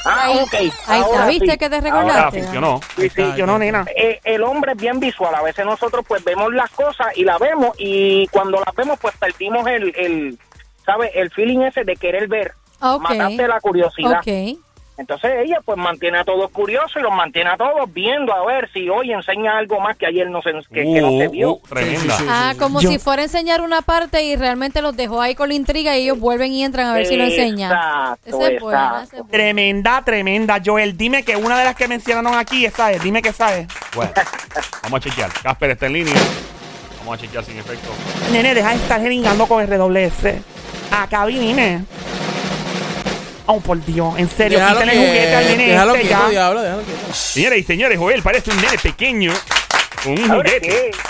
Speaker 6: ah ok
Speaker 5: Ahí está,
Speaker 6: ahora
Speaker 5: ¿viste
Speaker 6: sí.
Speaker 5: que te
Speaker 2: Ahora
Speaker 5: recordaste?
Speaker 2: aficionó.
Speaker 6: Sí, sí.
Speaker 4: Yo no, nena.
Speaker 6: Eh, el hombre es bien visual a veces nosotros pues vemos las cosas y la vemos y cuando las vemos pues perdimos el el sabe el feeling ese de querer ver
Speaker 5: Ah, ok.
Speaker 6: mataste la curiosidad
Speaker 5: Ok.
Speaker 6: entonces ella pues mantiene a todos curiosos y los mantiene a todos viendo a ver si hoy enseña algo más que ayer no se que, que no se
Speaker 2: Uh,
Speaker 6: vio
Speaker 2: uh, tremenda.
Speaker 3: Sí, sí, sí.
Speaker 5: Ah, como
Speaker 4: Yo-
Speaker 5: si fuera a enseñar una parte y realmente los dejó ahí con la intriga y ellos vuelven y entran a ver si lo enseñan.
Speaker 6: Exacto,
Speaker 5: Ese es bueno,
Speaker 6: exacto.
Speaker 5: ese es bueno.
Speaker 4: Tremenda, tremenda. Joel, dime que una de las que mencionaron aquí, esa es. Dime que esa es.
Speaker 2: Bueno, vamos a chequear. Casper está en línea. Vamos a chequear sin efecto.
Speaker 4: Nene, deja de estar jeringando con RWS. Acá vine. Oh, por Dios, en serio,
Speaker 3: Déjalo
Speaker 4: quítale el juguete al
Speaker 3: que-
Speaker 4: nene
Speaker 3: déjalo
Speaker 4: este
Speaker 3: quieto,
Speaker 4: ya.
Speaker 3: diabla, déjalo quieto.
Speaker 2: Señores y señores, Joel parece un nene pequeño con un
Speaker 6: Ahora
Speaker 2: juguete.
Speaker 6: sí.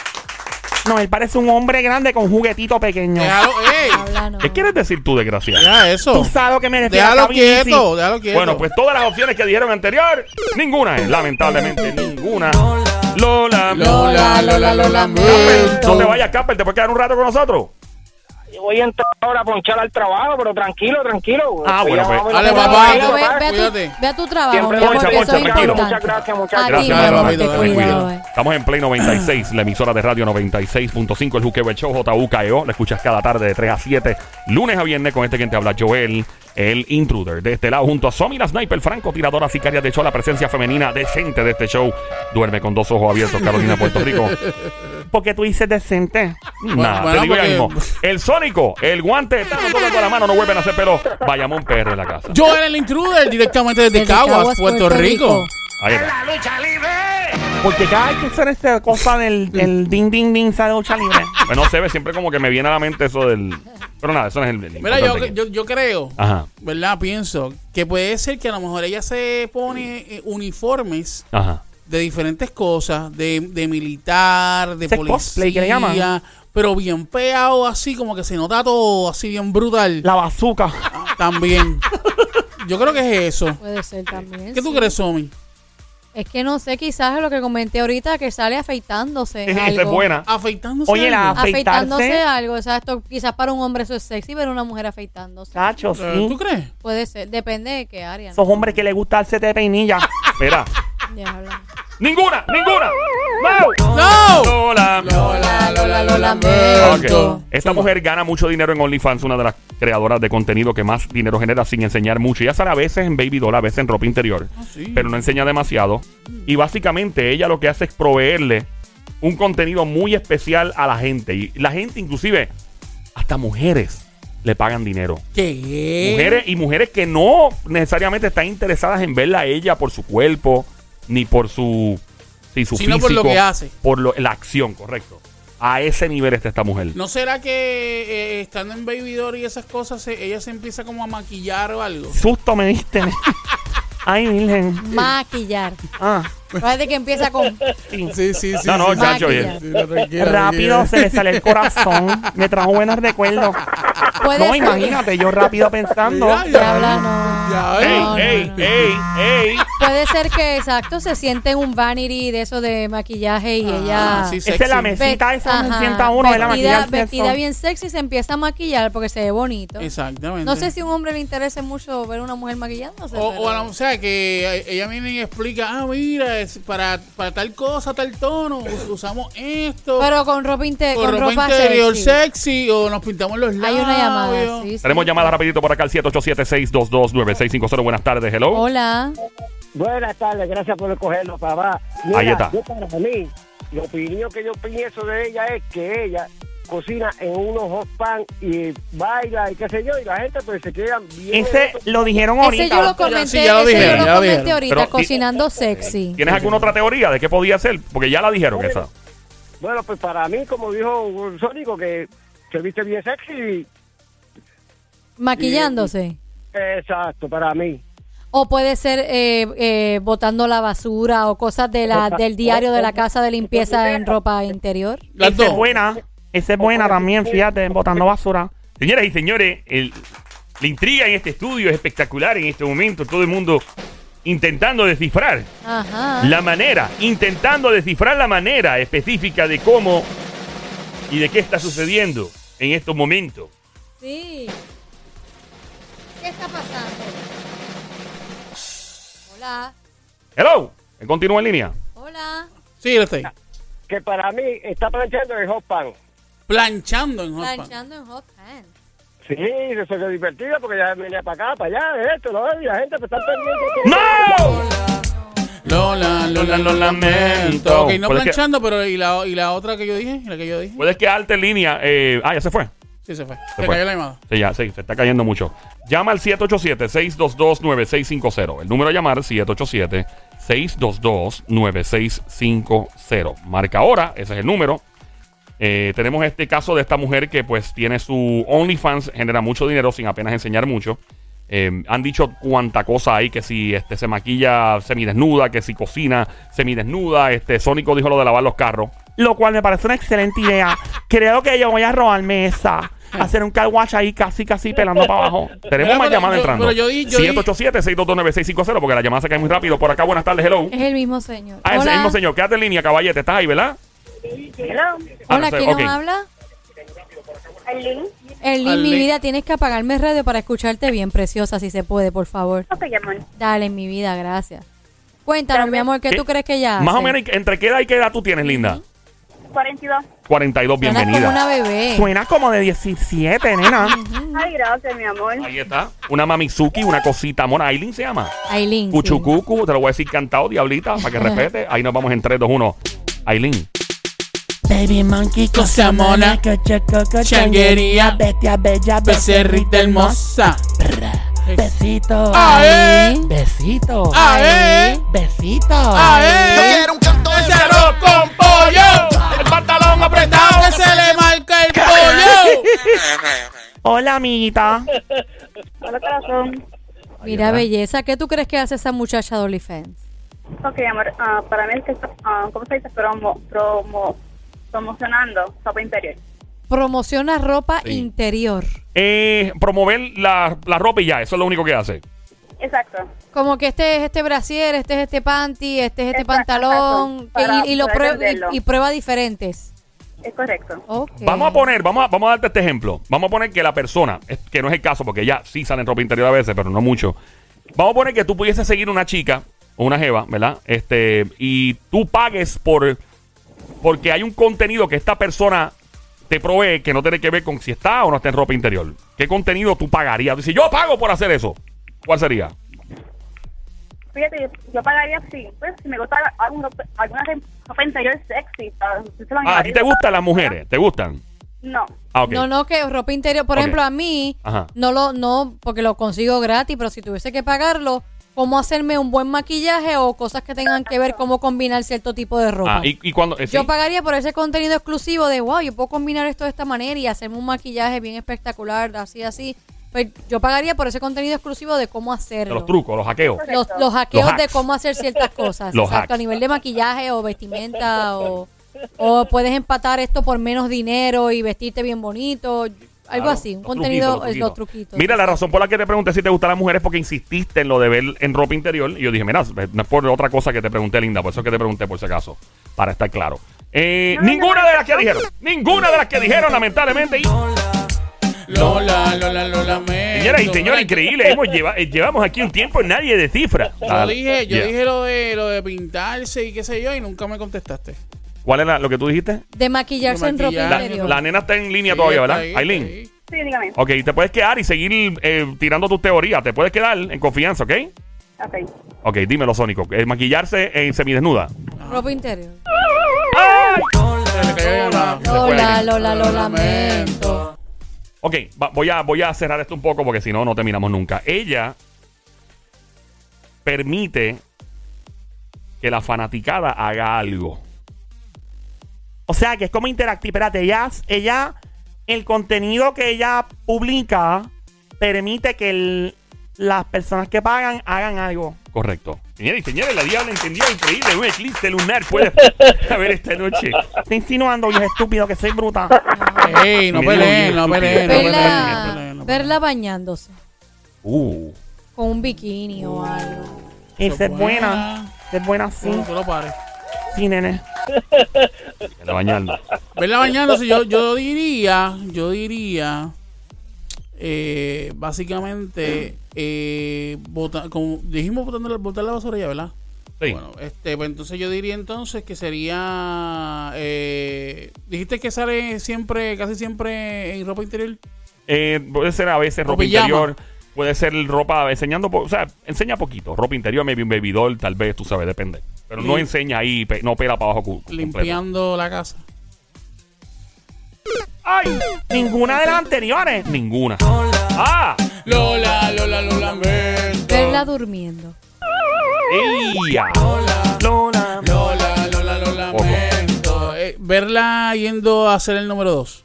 Speaker 4: No, él parece un hombre grande con un juguetito pequeño.
Speaker 3: Déjalo, ey,
Speaker 5: Habla, no.
Speaker 2: ¿Qué quieres decir tú, desgraciado?
Speaker 3: ya
Speaker 4: Tú
Speaker 3: eso.
Speaker 4: sabes a lo que me refiero.
Speaker 3: Déjalo
Speaker 4: acá vine,
Speaker 3: quieto, déjalo quieto.
Speaker 2: Bueno, pues todas las opciones que dijeron anterior, ninguna es, lamentablemente, ninguna. Lola,
Speaker 3: Lola, Lola, lo
Speaker 2: Casper,
Speaker 3: lamento.
Speaker 2: no te vayas, Casper, te puedes quedar un rato con nosotros.
Speaker 6: voy a entrar ahora a ponchar al trabajo, pero tranquilo, tranquilo.
Speaker 2: Ah, bueno, pues.
Speaker 6: Vamos a
Speaker 3: Dale,
Speaker 6: ver
Speaker 3: papá.
Speaker 6: qué
Speaker 5: Pero ve,
Speaker 6: pasa.
Speaker 5: ve a tu,
Speaker 3: Cuídate.
Speaker 5: ve a tu trabajo,
Speaker 6: Siempre
Speaker 5: mi amor,
Speaker 2: poncha,
Speaker 5: que eso
Speaker 2: poncha,
Speaker 5: es
Speaker 2: tranquilo.
Speaker 5: importante.
Speaker 6: Muchas gracias, muchas
Speaker 5: A ti,
Speaker 2: Gracias,
Speaker 5: mi amor,
Speaker 2: papito,
Speaker 5: te
Speaker 2: dale,
Speaker 5: cuido,
Speaker 2: cuida.
Speaker 5: eh.
Speaker 2: Estamos en Play 96, la emisora de radio 96.5, el Juqueo el Show, JUKEO. E La escuchas cada tarde de 3 a 7, lunes a viernes, con este quien te habla, Joel, el intruder. De este lado, junto a Somi, la sniper, franco, tiradora, sicaria de hecho, la presencia femenina decente de este show. Duerme con dos ojos abiertos, Carolina, Puerto Rico.
Speaker 4: Porque tú dices decente.
Speaker 2: Nah,
Speaker 3: bueno,
Speaker 2: te digo ya
Speaker 3: porque-
Speaker 2: mismo.
Speaker 3: [laughs]
Speaker 2: El sónico, el guante, está tocando la mano, no vuelven a hacer pero Vayamón perro en la casa.
Speaker 3: Yo era el intruder directamente desde,
Speaker 5: Desde
Speaker 3: Caguas, Puerto, Rico.
Speaker 2: Ahí está.
Speaker 4: Porque cada vez que suena esta cosa del, del ding, ding, ding, sale lucha libre.
Speaker 2: Bueno, se Pues ve siempre como que me viene a la mente eso del. Pero nada, eso no es el. el
Speaker 3: Mira, yo,
Speaker 2: importante.
Speaker 3: yo, yo creo,
Speaker 2: Ajá,
Speaker 3: ¿verdad? Pienso que puede ser que a lo mejor ella se pone eh, uniformes
Speaker 2: ajá.
Speaker 3: de diferentes cosas, de, de militar, de
Speaker 4: Ese
Speaker 3: policía,
Speaker 4: cosplay que le llaman.
Speaker 3: pero bien peado así, como que se nota todo así bien brutal
Speaker 4: La bazooka.
Speaker 3: también. yo creo que es eso.
Speaker 5: Puede ser también.
Speaker 3: ¿Qué tú
Speaker 5: sí.
Speaker 3: crees, Somi?
Speaker 5: Es que no sé, quizás es lo que comenté ahorita, que sale
Speaker 2: [laughs]
Speaker 5: afeitándose.
Speaker 2: Esa es
Speaker 5: algo.
Speaker 2: buena.
Speaker 3: Afeitándose.
Speaker 4: Oye, la-
Speaker 3: algo.
Speaker 5: Afeitándose
Speaker 4: Afeitarse.
Speaker 5: algo, exacto. Quizás para un hombre eso es sexy, pero una mujer afeitándose.
Speaker 4: Chacho,
Speaker 3: Eh, ¿Tú
Speaker 4: sí.
Speaker 3: crees?
Speaker 5: Puede ser, depende de qué área. ¿no?
Speaker 4: Esos hombres que les gusta darse de peinilla.
Speaker 2: Mira.
Speaker 5: Ya hablamos.
Speaker 2: Ninguna, ninguna. No.
Speaker 3: ¡No!
Speaker 2: Lola.
Speaker 3: Lola, Lola, lo
Speaker 5: lamento.
Speaker 2: Ok. Esta mujer gana mucho dinero en OnlyFans, una de las creadoras de contenido que más dinero genera sin enseñar mucho. Ella sale a veces en baby doll, a veces en ropa interior,
Speaker 3: Ah, sí.
Speaker 2: pero no enseña demasiado. Y básicamente ella lo que hace es proveerle un contenido muy especial a la gente. Y la gente, inclusive, hasta mujeres le pagan dinero.
Speaker 3: ¿Qué?
Speaker 2: Mujeres y mujeres que no necesariamente están interesadas en verla a ella por su cuerpo, ni por su, si su
Speaker 3: Sino
Speaker 2: físico.
Speaker 3: por lo que hace.
Speaker 2: Por lo- la acción, correcto. A ese nivel está esta mujer.
Speaker 3: ¿No será que eh, estando en Baby Doll y esas cosas, se- ella se empieza como a maquillar o algo?
Speaker 4: Susto me diste. Ay, virgen.
Speaker 5: Maquillar.
Speaker 4: Ah,
Speaker 5: Parece que empieza con.
Speaker 4: sí.
Speaker 3: Sí, sí, sí.
Speaker 2: no, no,
Speaker 3: sí, sí.
Speaker 2: chacho,
Speaker 5: Maquilla.
Speaker 2: oye,
Speaker 3: Sí, no, tranquila,
Speaker 4: Rápido
Speaker 3: tranquila.
Speaker 4: se le sale el corazón. Me trajo buenos recuerdos.
Speaker 5: Puede
Speaker 4: No,
Speaker 5: ser.
Speaker 4: imagínate, yo rápido pensando.
Speaker 3: Mira, ya,
Speaker 5: habla, no.
Speaker 3: ya,
Speaker 2: ¡Ey,
Speaker 5: No, no,
Speaker 2: ey,
Speaker 5: no.
Speaker 2: ey, ey!
Speaker 5: Puede ser que, exacto, se siente en un vanity de eso de maquillaje y ella...
Speaker 3: sí,
Speaker 4: Esa es la
Speaker 3: sexy.
Speaker 4: mesita, esa donde
Speaker 5: Ajá,
Speaker 4: sienta uno, es la
Speaker 5: vestida,
Speaker 4: maquillaje.
Speaker 5: vestida bien sexy se empieza a maquillar porque se ve bonito.
Speaker 3: Exactamente.
Speaker 5: No sé si a un hombre le interese mucho ver a una mujer maquillándose.
Speaker 3: O,
Speaker 5: pero-
Speaker 3: o, a la- o sea, que eh, ella viene y explica, ah, mira, es para, para tal cosa, tal tono, us- usamos esto,
Speaker 5: Pero con ropa, inte-
Speaker 3: con ropa, interior
Speaker 5: interior
Speaker 3: sexy. o nos pintamos los
Speaker 5: Hay
Speaker 3: labios.
Speaker 5: una llamada. sí, sí.
Speaker 2: Tenemos llamada rapidito por acá al 787-622-9650. Buenas tardes, hello.
Speaker 5: Hola.
Speaker 7: Buenas tardes, gracias por cogerlo, papá. Mira,
Speaker 2: Ahí está.
Speaker 7: Yo para mí, la opinión que yo pienso de ella es que ella cocina en unos hot pan y baila y qué sé yo, y la gente pues se queda bien.
Speaker 4: Ese lo dijeron ahorita.
Speaker 5: Ese yo lo
Speaker 3: ya-
Speaker 5: comenté,
Speaker 3: sí, ya lo
Speaker 5: ese
Speaker 3: dijeron,
Speaker 5: yo
Speaker 3: ya
Speaker 5: lo
Speaker 3: lo
Speaker 5: comenté
Speaker 3: dijeron.
Speaker 5: ahorita,
Speaker 2: Pero, ¿y-
Speaker 5: cocinando sexy.
Speaker 2: ¿Tienes alguna otra teoría de qué podía ser? Porque ya la dijeron esa.
Speaker 7: Bueno, pues para mí, como dijo Sónico, que se viste bien sexy.
Speaker 5: Maquillándose.
Speaker 7: Exacto, para mí.
Speaker 5: O puede ser eh, eh, botando la basura o cosas de la, del diario de la casa de limpieza en ropa interior.
Speaker 3: Las
Speaker 4: Esa es
Speaker 3: dos.
Speaker 4: buena. Esa es buena también, fíjate, botando basura.
Speaker 2: Señoras y señores, el- la intriga en este estudio es espectacular en este momento. Todo el mundo intentando descifrar
Speaker 5: Ajá.
Speaker 2: la manera, intentando descifrar la manera específica de cómo y de qué está sucediendo en estos momentos.
Speaker 5: Sí. ¿Qué está pasando? Hola.
Speaker 2: Hello, continúa en línea.
Speaker 5: Hola.
Speaker 3: Sí, lo estoy.
Speaker 7: Que para mí está planchando el hot pan.
Speaker 3: Planchando en hot pan.
Speaker 5: Planchando en hot pants.
Speaker 7: Sí, se se divertido porque ya venía para acá, para allá, esto, lo otro, y la gente pues, está perdiendo.
Speaker 2: ¡No!
Speaker 3: Lola, Lola, lo lamento. Ok, no
Speaker 2: Pero es que-
Speaker 3: planchando, pero ¿y la, y la otra que yo dije? ¿La que yo dije?
Speaker 2: Puedes quedarte en línea. eh, ah, ya se fue.
Speaker 3: Sí, se fue.
Speaker 2: Se
Speaker 3: Se,
Speaker 2: fue.
Speaker 3: cayó la llamada.
Speaker 2: Sí, ya, sí, se está cayendo mucho. Llama al 787-622-9650. El número a llamar 787-622-9650. Marca ahora, ese es el número. Eh, tenemos este caso de esta mujer que pues tiene su OnlyFans, genera mucho dinero sin apenas enseñar mucho. Eh, han dicho cuánta cosa hay, que si este, se maquilla semidesnuda, que si cocina semidesnuda. Este, Sónico dijo lo de lavar los carros.
Speaker 4: Lo cual me parece una excelente idea. Creo que yo voy a robarme esa. Hacer un car wash ahí casi, casi pelando para abajo.
Speaker 3: Pero,
Speaker 2: Tenemos más
Speaker 3: pero
Speaker 2: llamadas
Speaker 3: yo-
Speaker 2: entrando.
Speaker 3: pero yo di- yo di-
Speaker 2: 787-622-9650, porque la llamada se cae muy rápido. Por acá, buenas tardes,
Speaker 3: Eh,
Speaker 2: hello.
Speaker 5: Es el mismo señor.
Speaker 2: Ah, ese
Speaker 5: Hola.
Speaker 2: mismo señor, quédate en línea, caballete. Estás ahí, ¿verdad? Ah, no
Speaker 5: Hola,
Speaker 2: sé,
Speaker 5: ¿quién
Speaker 2: ok.
Speaker 5: nos habla?
Speaker 8: Arlene,
Speaker 5: Erlin, mi
Speaker 3: Arlene.
Speaker 5: vida, tienes que apagarme el radio para escucharte bien, preciosa, si se puede, por favor.
Speaker 8: ok, mi amor.
Speaker 5: Dale, mi vida, gracias. Cuéntanos, mi amor, ¿qué
Speaker 2: ¿Qué?
Speaker 5: tú crees que ya
Speaker 2: Eh, Más o
Speaker 5: hace?
Speaker 2: menos, ¿entre qué edad y qué edad tú tienes, linda?
Speaker 8: 42.
Speaker 2: 42,
Speaker 5: Suena
Speaker 2: bienvenida.
Speaker 5: como una bebé.
Speaker 4: Suena como de 17, nena.
Speaker 8: Ay, gracias, mi amor.
Speaker 2: Ahí está. Una mamizuki, una cosita mona. Aileen se llama.
Speaker 5: Aileen. sí.
Speaker 2: Cuchucucu, te lo voy a decir cantado, diablita, para que respete. Ahí nos vamos en 3, 2, 1. Aileen.
Speaker 4: Baby monkey,
Speaker 3: cosa mona, changuería,
Speaker 4: bestia bella,
Speaker 3: Becerrita hermosa.
Speaker 4: besito,
Speaker 3: ¡Ae!
Speaker 4: besito,
Speaker 3: ¡Ae!
Speaker 4: besito.
Speaker 3: Yo quiero un canto de cerro con pollo. El pantalón apretado que se le marca el pollo.
Speaker 4: Hola, amiguita.
Speaker 8: Hola, corazón.
Speaker 5: Mira, belleza, ¿qué tú crees que hace esa muchacha de OnlyFans?
Speaker 8: Ok, mi amor. ah, para mí es que está, ah, ¿cómo se dice? Promo, promo, promocionando sopa interior.
Speaker 5: Promociona ropa interior.
Speaker 2: Eh, promover la, la ropa y ya, eso es lo único que hace.
Speaker 8: Exacto.
Speaker 5: Como que este es este brasier, este es este panty, este es este
Speaker 8: Exacto,
Speaker 5: pantalón.
Speaker 8: exacto, para
Speaker 5: y, y lo
Speaker 8: poder
Speaker 5: prueba, y,
Speaker 8: venderlo.
Speaker 5: y prueba diferentes.
Speaker 8: Es correcto.
Speaker 5: Ok.
Speaker 2: Vamos a poner, vamos a, vamos a darte este ejemplo. Vamos a poner que la persona, es- que no es el caso, porque ella sí sale en ropa interior a veces, pero no mucho. Vamos a poner que tú pudieses seguir una chica o una jeva, ¿verdad? Este, y tú pagues por porque hay un contenido que esta persona te provee que no tiene que ver con si está o no está en ropa interior. ¿Qué contenido tú pagarías? Si yo pago por hacer eso, ¿cuál sería?
Speaker 8: Fíjate, yo, yo pagaría, sí, pues, si me gusta algún ropa- alguna re- ropa interior sexy. ah, yo se lo
Speaker 2: Ah, ¿A ti
Speaker 8: añadiría.
Speaker 2: te gustan las mujeres? ¿Te gustan?
Speaker 8: No.
Speaker 2: Ah, ok.
Speaker 5: No, no, que ropa interior. Por
Speaker 2: Ok.
Speaker 5: ejemplo, a mí,
Speaker 2: Ajá.
Speaker 5: no lo, no, porque lo consigo gratis, pero si tuviese que pagarlo, ¿cómo hacerme un buen maquillaje o cosas que tengan que ver cómo combinar cierto tipo de ropa?
Speaker 2: Ah, y, y cuando... eh,
Speaker 5: Yo
Speaker 2: sí.
Speaker 5: pagaría por ese contenido exclusivo de, wow, yo puedo combinar esto de esta manera y hacerme un maquillaje bien espectacular, así, así. Pues yo pagaría por ese contenido exclusivo de cómo hacerlo.
Speaker 2: Los trucos, los hackeos.
Speaker 5: Los, los hackeos
Speaker 2: Los hacks.
Speaker 5: de cómo
Speaker 2: [laughs]
Speaker 5: hacer ciertas cosas.
Speaker 2: Los
Speaker 5: exacto, a
Speaker 2: hacks.
Speaker 5: nivel de maquillaje o vestimenta o, o puedes empatar esto por menos dinero y vestirte bien bonito. algo
Speaker 2: Claro,
Speaker 5: así, un
Speaker 2: los
Speaker 5: contenido, eh,
Speaker 2: truquitos, los
Speaker 5: los
Speaker 2: truquitos.
Speaker 5: truquitos.
Speaker 2: Mira, la razón por la que te pregunté si te gusta la mujer es porque insististe en lo de ver en ropa interior. Y yo dije, mira, no es por otra cosa que te pregunté, linda, por eso es que te pregunté por si acaso, para estar claro. Eh,
Speaker 8: No, no,
Speaker 2: ninguna
Speaker 8: no,
Speaker 2: de las que dijeron, ninguna de las que dijeron, lamentablemente. Y,
Speaker 3: [laughs] Lola, Lola, Lola, me.
Speaker 2: señora y señor, increíble, hemos lleva- eh, llevamos aquí un tiempo y nadie de cifra.
Speaker 3: Yo dije, yo dije lo de lo de pintarse y qué sé yo, y nunca me contestaste.
Speaker 2: ¿Cuál era lo que tú dijiste?
Speaker 5: De maquillarse
Speaker 3: De
Speaker 5: en ropa
Speaker 3: maquillar.
Speaker 2: La,
Speaker 5: interior.
Speaker 2: la nena está en línea
Speaker 3: Sí,
Speaker 2: todavía,
Speaker 3: está
Speaker 2: ¿verdad?
Speaker 3: ahí,
Speaker 2: Aileen.
Speaker 3: está ahí.
Speaker 8: Sí, dígame.
Speaker 2: Ok, te puedes quedar y seguir eh, tirando tus teorías. Te puedes quedar en confianza, ¿ok?
Speaker 8: Ok.
Speaker 2: Ok, dímelo, Sónico. Eh, maquillarse en semidesnuda.
Speaker 5: Ropa interior.
Speaker 3: Se le cayó la llamada.
Speaker 5: Lola, Lola, lo
Speaker 3: Lo
Speaker 5: lamento.
Speaker 2: Ok, va- voy, a, voy a cerrar esto un poco porque si no, no terminamos nunca. Ella permite que la fanaticada haga algo.
Speaker 4: O sea que es como interactivo. Espérate, ella, ella, el contenido que ella publica permite que el- las personas que pagan hagan algo.
Speaker 2: Correcto. Señores y señores, la diabla entendió increíble. Un eclipse lunar puede [laughs] haber esta noche.
Speaker 4: Está insinuando, viejo estúpido, que soy bruta.
Speaker 3: Ey, no
Speaker 2: Mira,
Speaker 3: peleen, no
Speaker 2: estúpido.
Speaker 3: peleen, no peleen, no
Speaker 5: Verla,
Speaker 3: peleen, no peleen.
Speaker 5: verla bañándose
Speaker 2: Uh.
Speaker 5: con un bikini o algo.
Speaker 4: Y
Speaker 3: Eso
Speaker 4: ser
Speaker 3: es
Speaker 4: buena.
Speaker 3: buena.
Speaker 4: Ser buena, sí.
Speaker 3: No, tú lo pares.
Speaker 4: Sí, nene.
Speaker 2: La bañando.
Speaker 3: Verla bañándose, yo, yo diría, yo diría, eh, básicamente, eh, bota- como dijimos botar, botar la basura ya, ¿verdad?
Speaker 2: Sí.
Speaker 3: Bueno, este, pues entonces yo diría entonces que sería, eh, dijiste que sale siempre, casi siempre en ropa interior.
Speaker 2: Eh, puede ser a veces
Speaker 3: O
Speaker 2: ropa
Speaker 3: pijama.
Speaker 2: interior. Puede ser ropa enseñando, po- o sea, enseña poquito. Ropa interior, maybe un bebidor, tal vez, tú sabes, depende. Pero no
Speaker 3: Lim-
Speaker 2: enseña ahí, pe- no pela para abajo. cu- completo.
Speaker 3: Limpiando la casa.
Speaker 2: ¡Ay!
Speaker 4: Ninguna de las anteriores.
Speaker 2: Ninguna. ¡Ah!
Speaker 3: Lola, Lola, Lola, lamento.
Speaker 2: [laughs]
Speaker 5: Verla durmiendo.
Speaker 2: ¡Ella!
Speaker 4: Lola.
Speaker 3: Lola, Lola, lo lamento. Eh, verla yendo a hacer el número 2.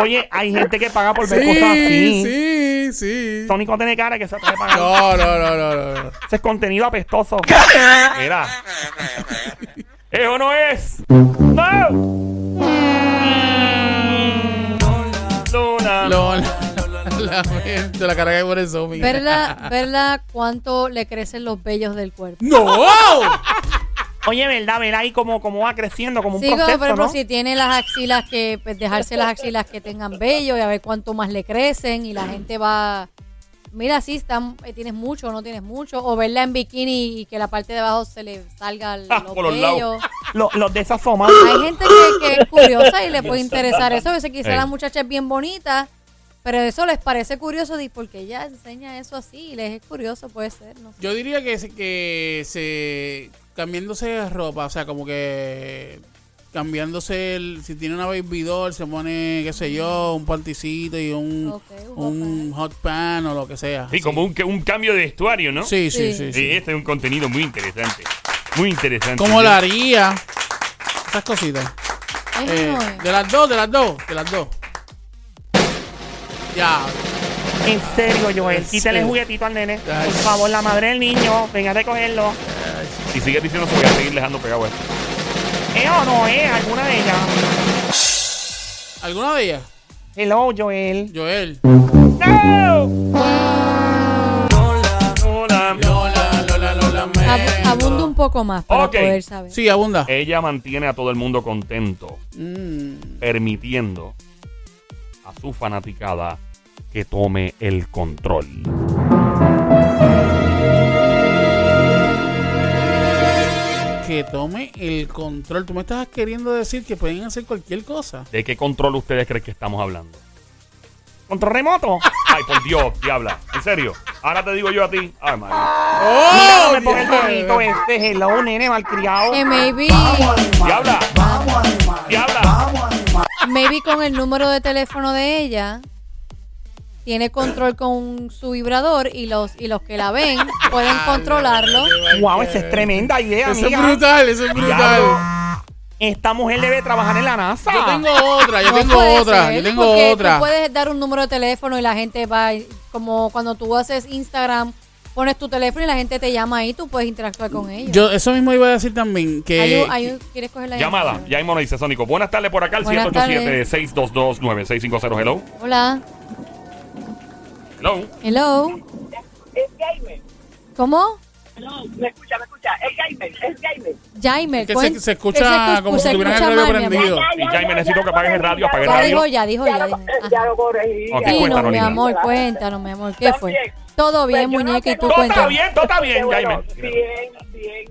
Speaker 4: Oye, hay gente que paga por ver
Speaker 2: Ah,
Speaker 4: cosas así.
Speaker 3: sí, sí.
Speaker 4: Sónico tiene cara que se atreve a pagar.
Speaker 3: No, no, no, no, no, no.
Speaker 4: Ese es contenido apestoso.
Speaker 2: Mira. ¡Eso no es!
Speaker 4: ¡No!
Speaker 2: Luna.
Speaker 3: Lola, Lola, lamento. La carga por eso, mi.
Speaker 5: Verla, verla cuánto le crecen los vellos del cuerpo.
Speaker 3: ¡No!
Speaker 4: Oye, ¿verdad? Ver ahí como, como va creciendo, como un
Speaker 5: Sí, como,
Speaker 4: proceso,
Speaker 5: por ejemplo,
Speaker 4: ¿no?
Speaker 5: si tiene las axilas que, pues, dejarse las axilas que tengan vello y a ver cuánto más le crecen y la gente va, mira, sí, están, eh, tienes mucho o no tienes mucho, o verla en bikini y que la parte de abajo se le salga el-
Speaker 2: Ah,
Speaker 5: los
Speaker 2: por los lados.
Speaker 5: vellos.
Speaker 4: Lo- los de esas somas.
Speaker 5: Hay gente que, que es curiosa
Speaker 3: [laughs]
Speaker 5: y le puede interesar eso, a veces quizá
Speaker 2: Ey.
Speaker 5: la muchacha es bien bonita, pero eso les parece curioso, di, porque ella enseña eso así y les es curioso, puede ser, no sé.
Speaker 3: Yo diría que, se- que se. cambiándose de ropa, o sea, como que. cambiándose. el- si tiene una baby doll, se pone, qué sé yo, un panticito y un.
Speaker 5: Ok, un
Speaker 3: un hot pan o lo que sea.
Speaker 2: Sí, como un, un cambio de vestuario, ¿no?
Speaker 3: Sí, sí, sí.
Speaker 5: Sí.
Speaker 2: Sí,
Speaker 3: sí.
Speaker 2: Este es un contenido muy interesante. Muy interesante.
Speaker 3: ¿Cómo la haría? Estas cositas.
Speaker 5: Eso
Speaker 3: Eh,
Speaker 5: no es.
Speaker 3: de las dos, de las dos, de las dos. Ya.
Speaker 4: En serio, Joel.
Speaker 3: En
Speaker 4: Quítale el
Speaker 3: serio.
Speaker 4: juguetito al nene.
Speaker 3: Ay.
Speaker 4: Por favor, la madre del niño. Venga a recogerlo.
Speaker 2: Si sigues diciendo, se voy a seguir dejando pegado esto.
Speaker 4: ¿Es ¿Eh o no es? Alguna de ellas.
Speaker 3: ¿Alguna de ellas?
Speaker 4: Hello, Joel.
Speaker 3: Joel.
Speaker 4: ¡No!
Speaker 2: Hola.
Speaker 3: Lola, Lola, Lola,
Speaker 5: Abu- abunda un poco más para
Speaker 2: Ok.
Speaker 5: poder saber.
Speaker 3: Sí, abunda.
Speaker 2: Ella mantiene a todo el mundo contento,
Speaker 3: Mm.
Speaker 2: permitiendo a su fanaticada que tome el control.
Speaker 3: Que tome el control. Tú me estás queriendo decir que pueden hacer cualquier cosa.
Speaker 2: ¿De qué control ustedes creen que estamos hablando?
Speaker 4: ¿Control
Speaker 3: [laughs]
Speaker 4: remoto?
Speaker 2: Ay, por Dios, diabla. En serio. Ahora te digo yo a ti. Ay, madre.
Speaker 5: Oh,
Speaker 4: Mira, no me ponga el gorrito este. Hello, nene, malcriado.
Speaker 5: Que maybe,
Speaker 2: Diabla. Diabla.
Speaker 5: maybe con el número de teléfono de ella tiene control con su vibrador y los y los que la ven pueden
Speaker 3: Ah,
Speaker 5: controlarlo.
Speaker 4: Wow, esa es tremenda idea,
Speaker 3: Eso es
Speaker 4: amiga.
Speaker 3: brutal, eso es brutal.
Speaker 4: Esta mujer debe trabajar en la NASA.
Speaker 3: Yo tengo otra, yo
Speaker 5: No
Speaker 3: tengo
Speaker 5: puede
Speaker 3: otra,
Speaker 5: ser,
Speaker 3: yo tengo
Speaker 5: porque
Speaker 3: otra.
Speaker 5: Tú puedes dar un número de teléfono y la gente va y- como cuando tú haces Instagram pones tu teléfono y la gente te llama ahí, tú puedes interactuar con ellos.
Speaker 3: Yo eh, eso mismo iba a decir también, que...
Speaker 5: Hay un- hay un- ¿Quieres coger la
Speaker 2: Llamada, ya mismo nos dice Sónico. Buenas tardes por acá, el
Speaker 5: Buenas
Speaker 2: 787-622-9650. Hello.
Speaker 5: Hola.
Speaker 2: Hello.
Speaker 5: Hello.
Speaker 8: Es gamer.
Speaker 5: ¿Cómo?
Speaker 8: No, me escucha, me escucha. Es gamer, es gamer.
Speaker 5: Jaime.
Speaker 3: Es que
Speaker 5: cuen-
Speaker 3: se- se escucha como si tuvieran el radio
Speaker 5: mal, mi amor.
Speaker 3: prendido.
Speaker 2: Y Jaime, necesito que apagues el radio, apague el
Speaker 5: Ya
Speaker 2: radio.
Speaker 5: dijo, ya dijo, ya dijo.
Speaker 8: Ya
Speaker 5: Ajá.
Speaker 8: lo corregí.
Speaker 2: Ok,
Speaker 8: ya.
Speaker 5: Sí, no,
Speaker 2: cuéntanos,
Speaker 5: mi
Speaker 2: linda.
Speaker 5: amor, cuéntanos, mi amor, ¿qué
Speaker 8: Todo
Speaker 5: fue?
Speaker 8: bien.
Speaker 5: Todo bien,
Speaker 8: Pues yo no
Speaker 5: muñeca, y
Speaker 8: sé
Speaker 5: tú
Speaker 8: cómo-
Speaker 2: Todo está
Speaker 5: cuéntanos.
Speaker 2: bien, todo está bien,
Speaker 8: Qué bueno,
Speaker 2: Jaime.
Speaker 8: bien, bien.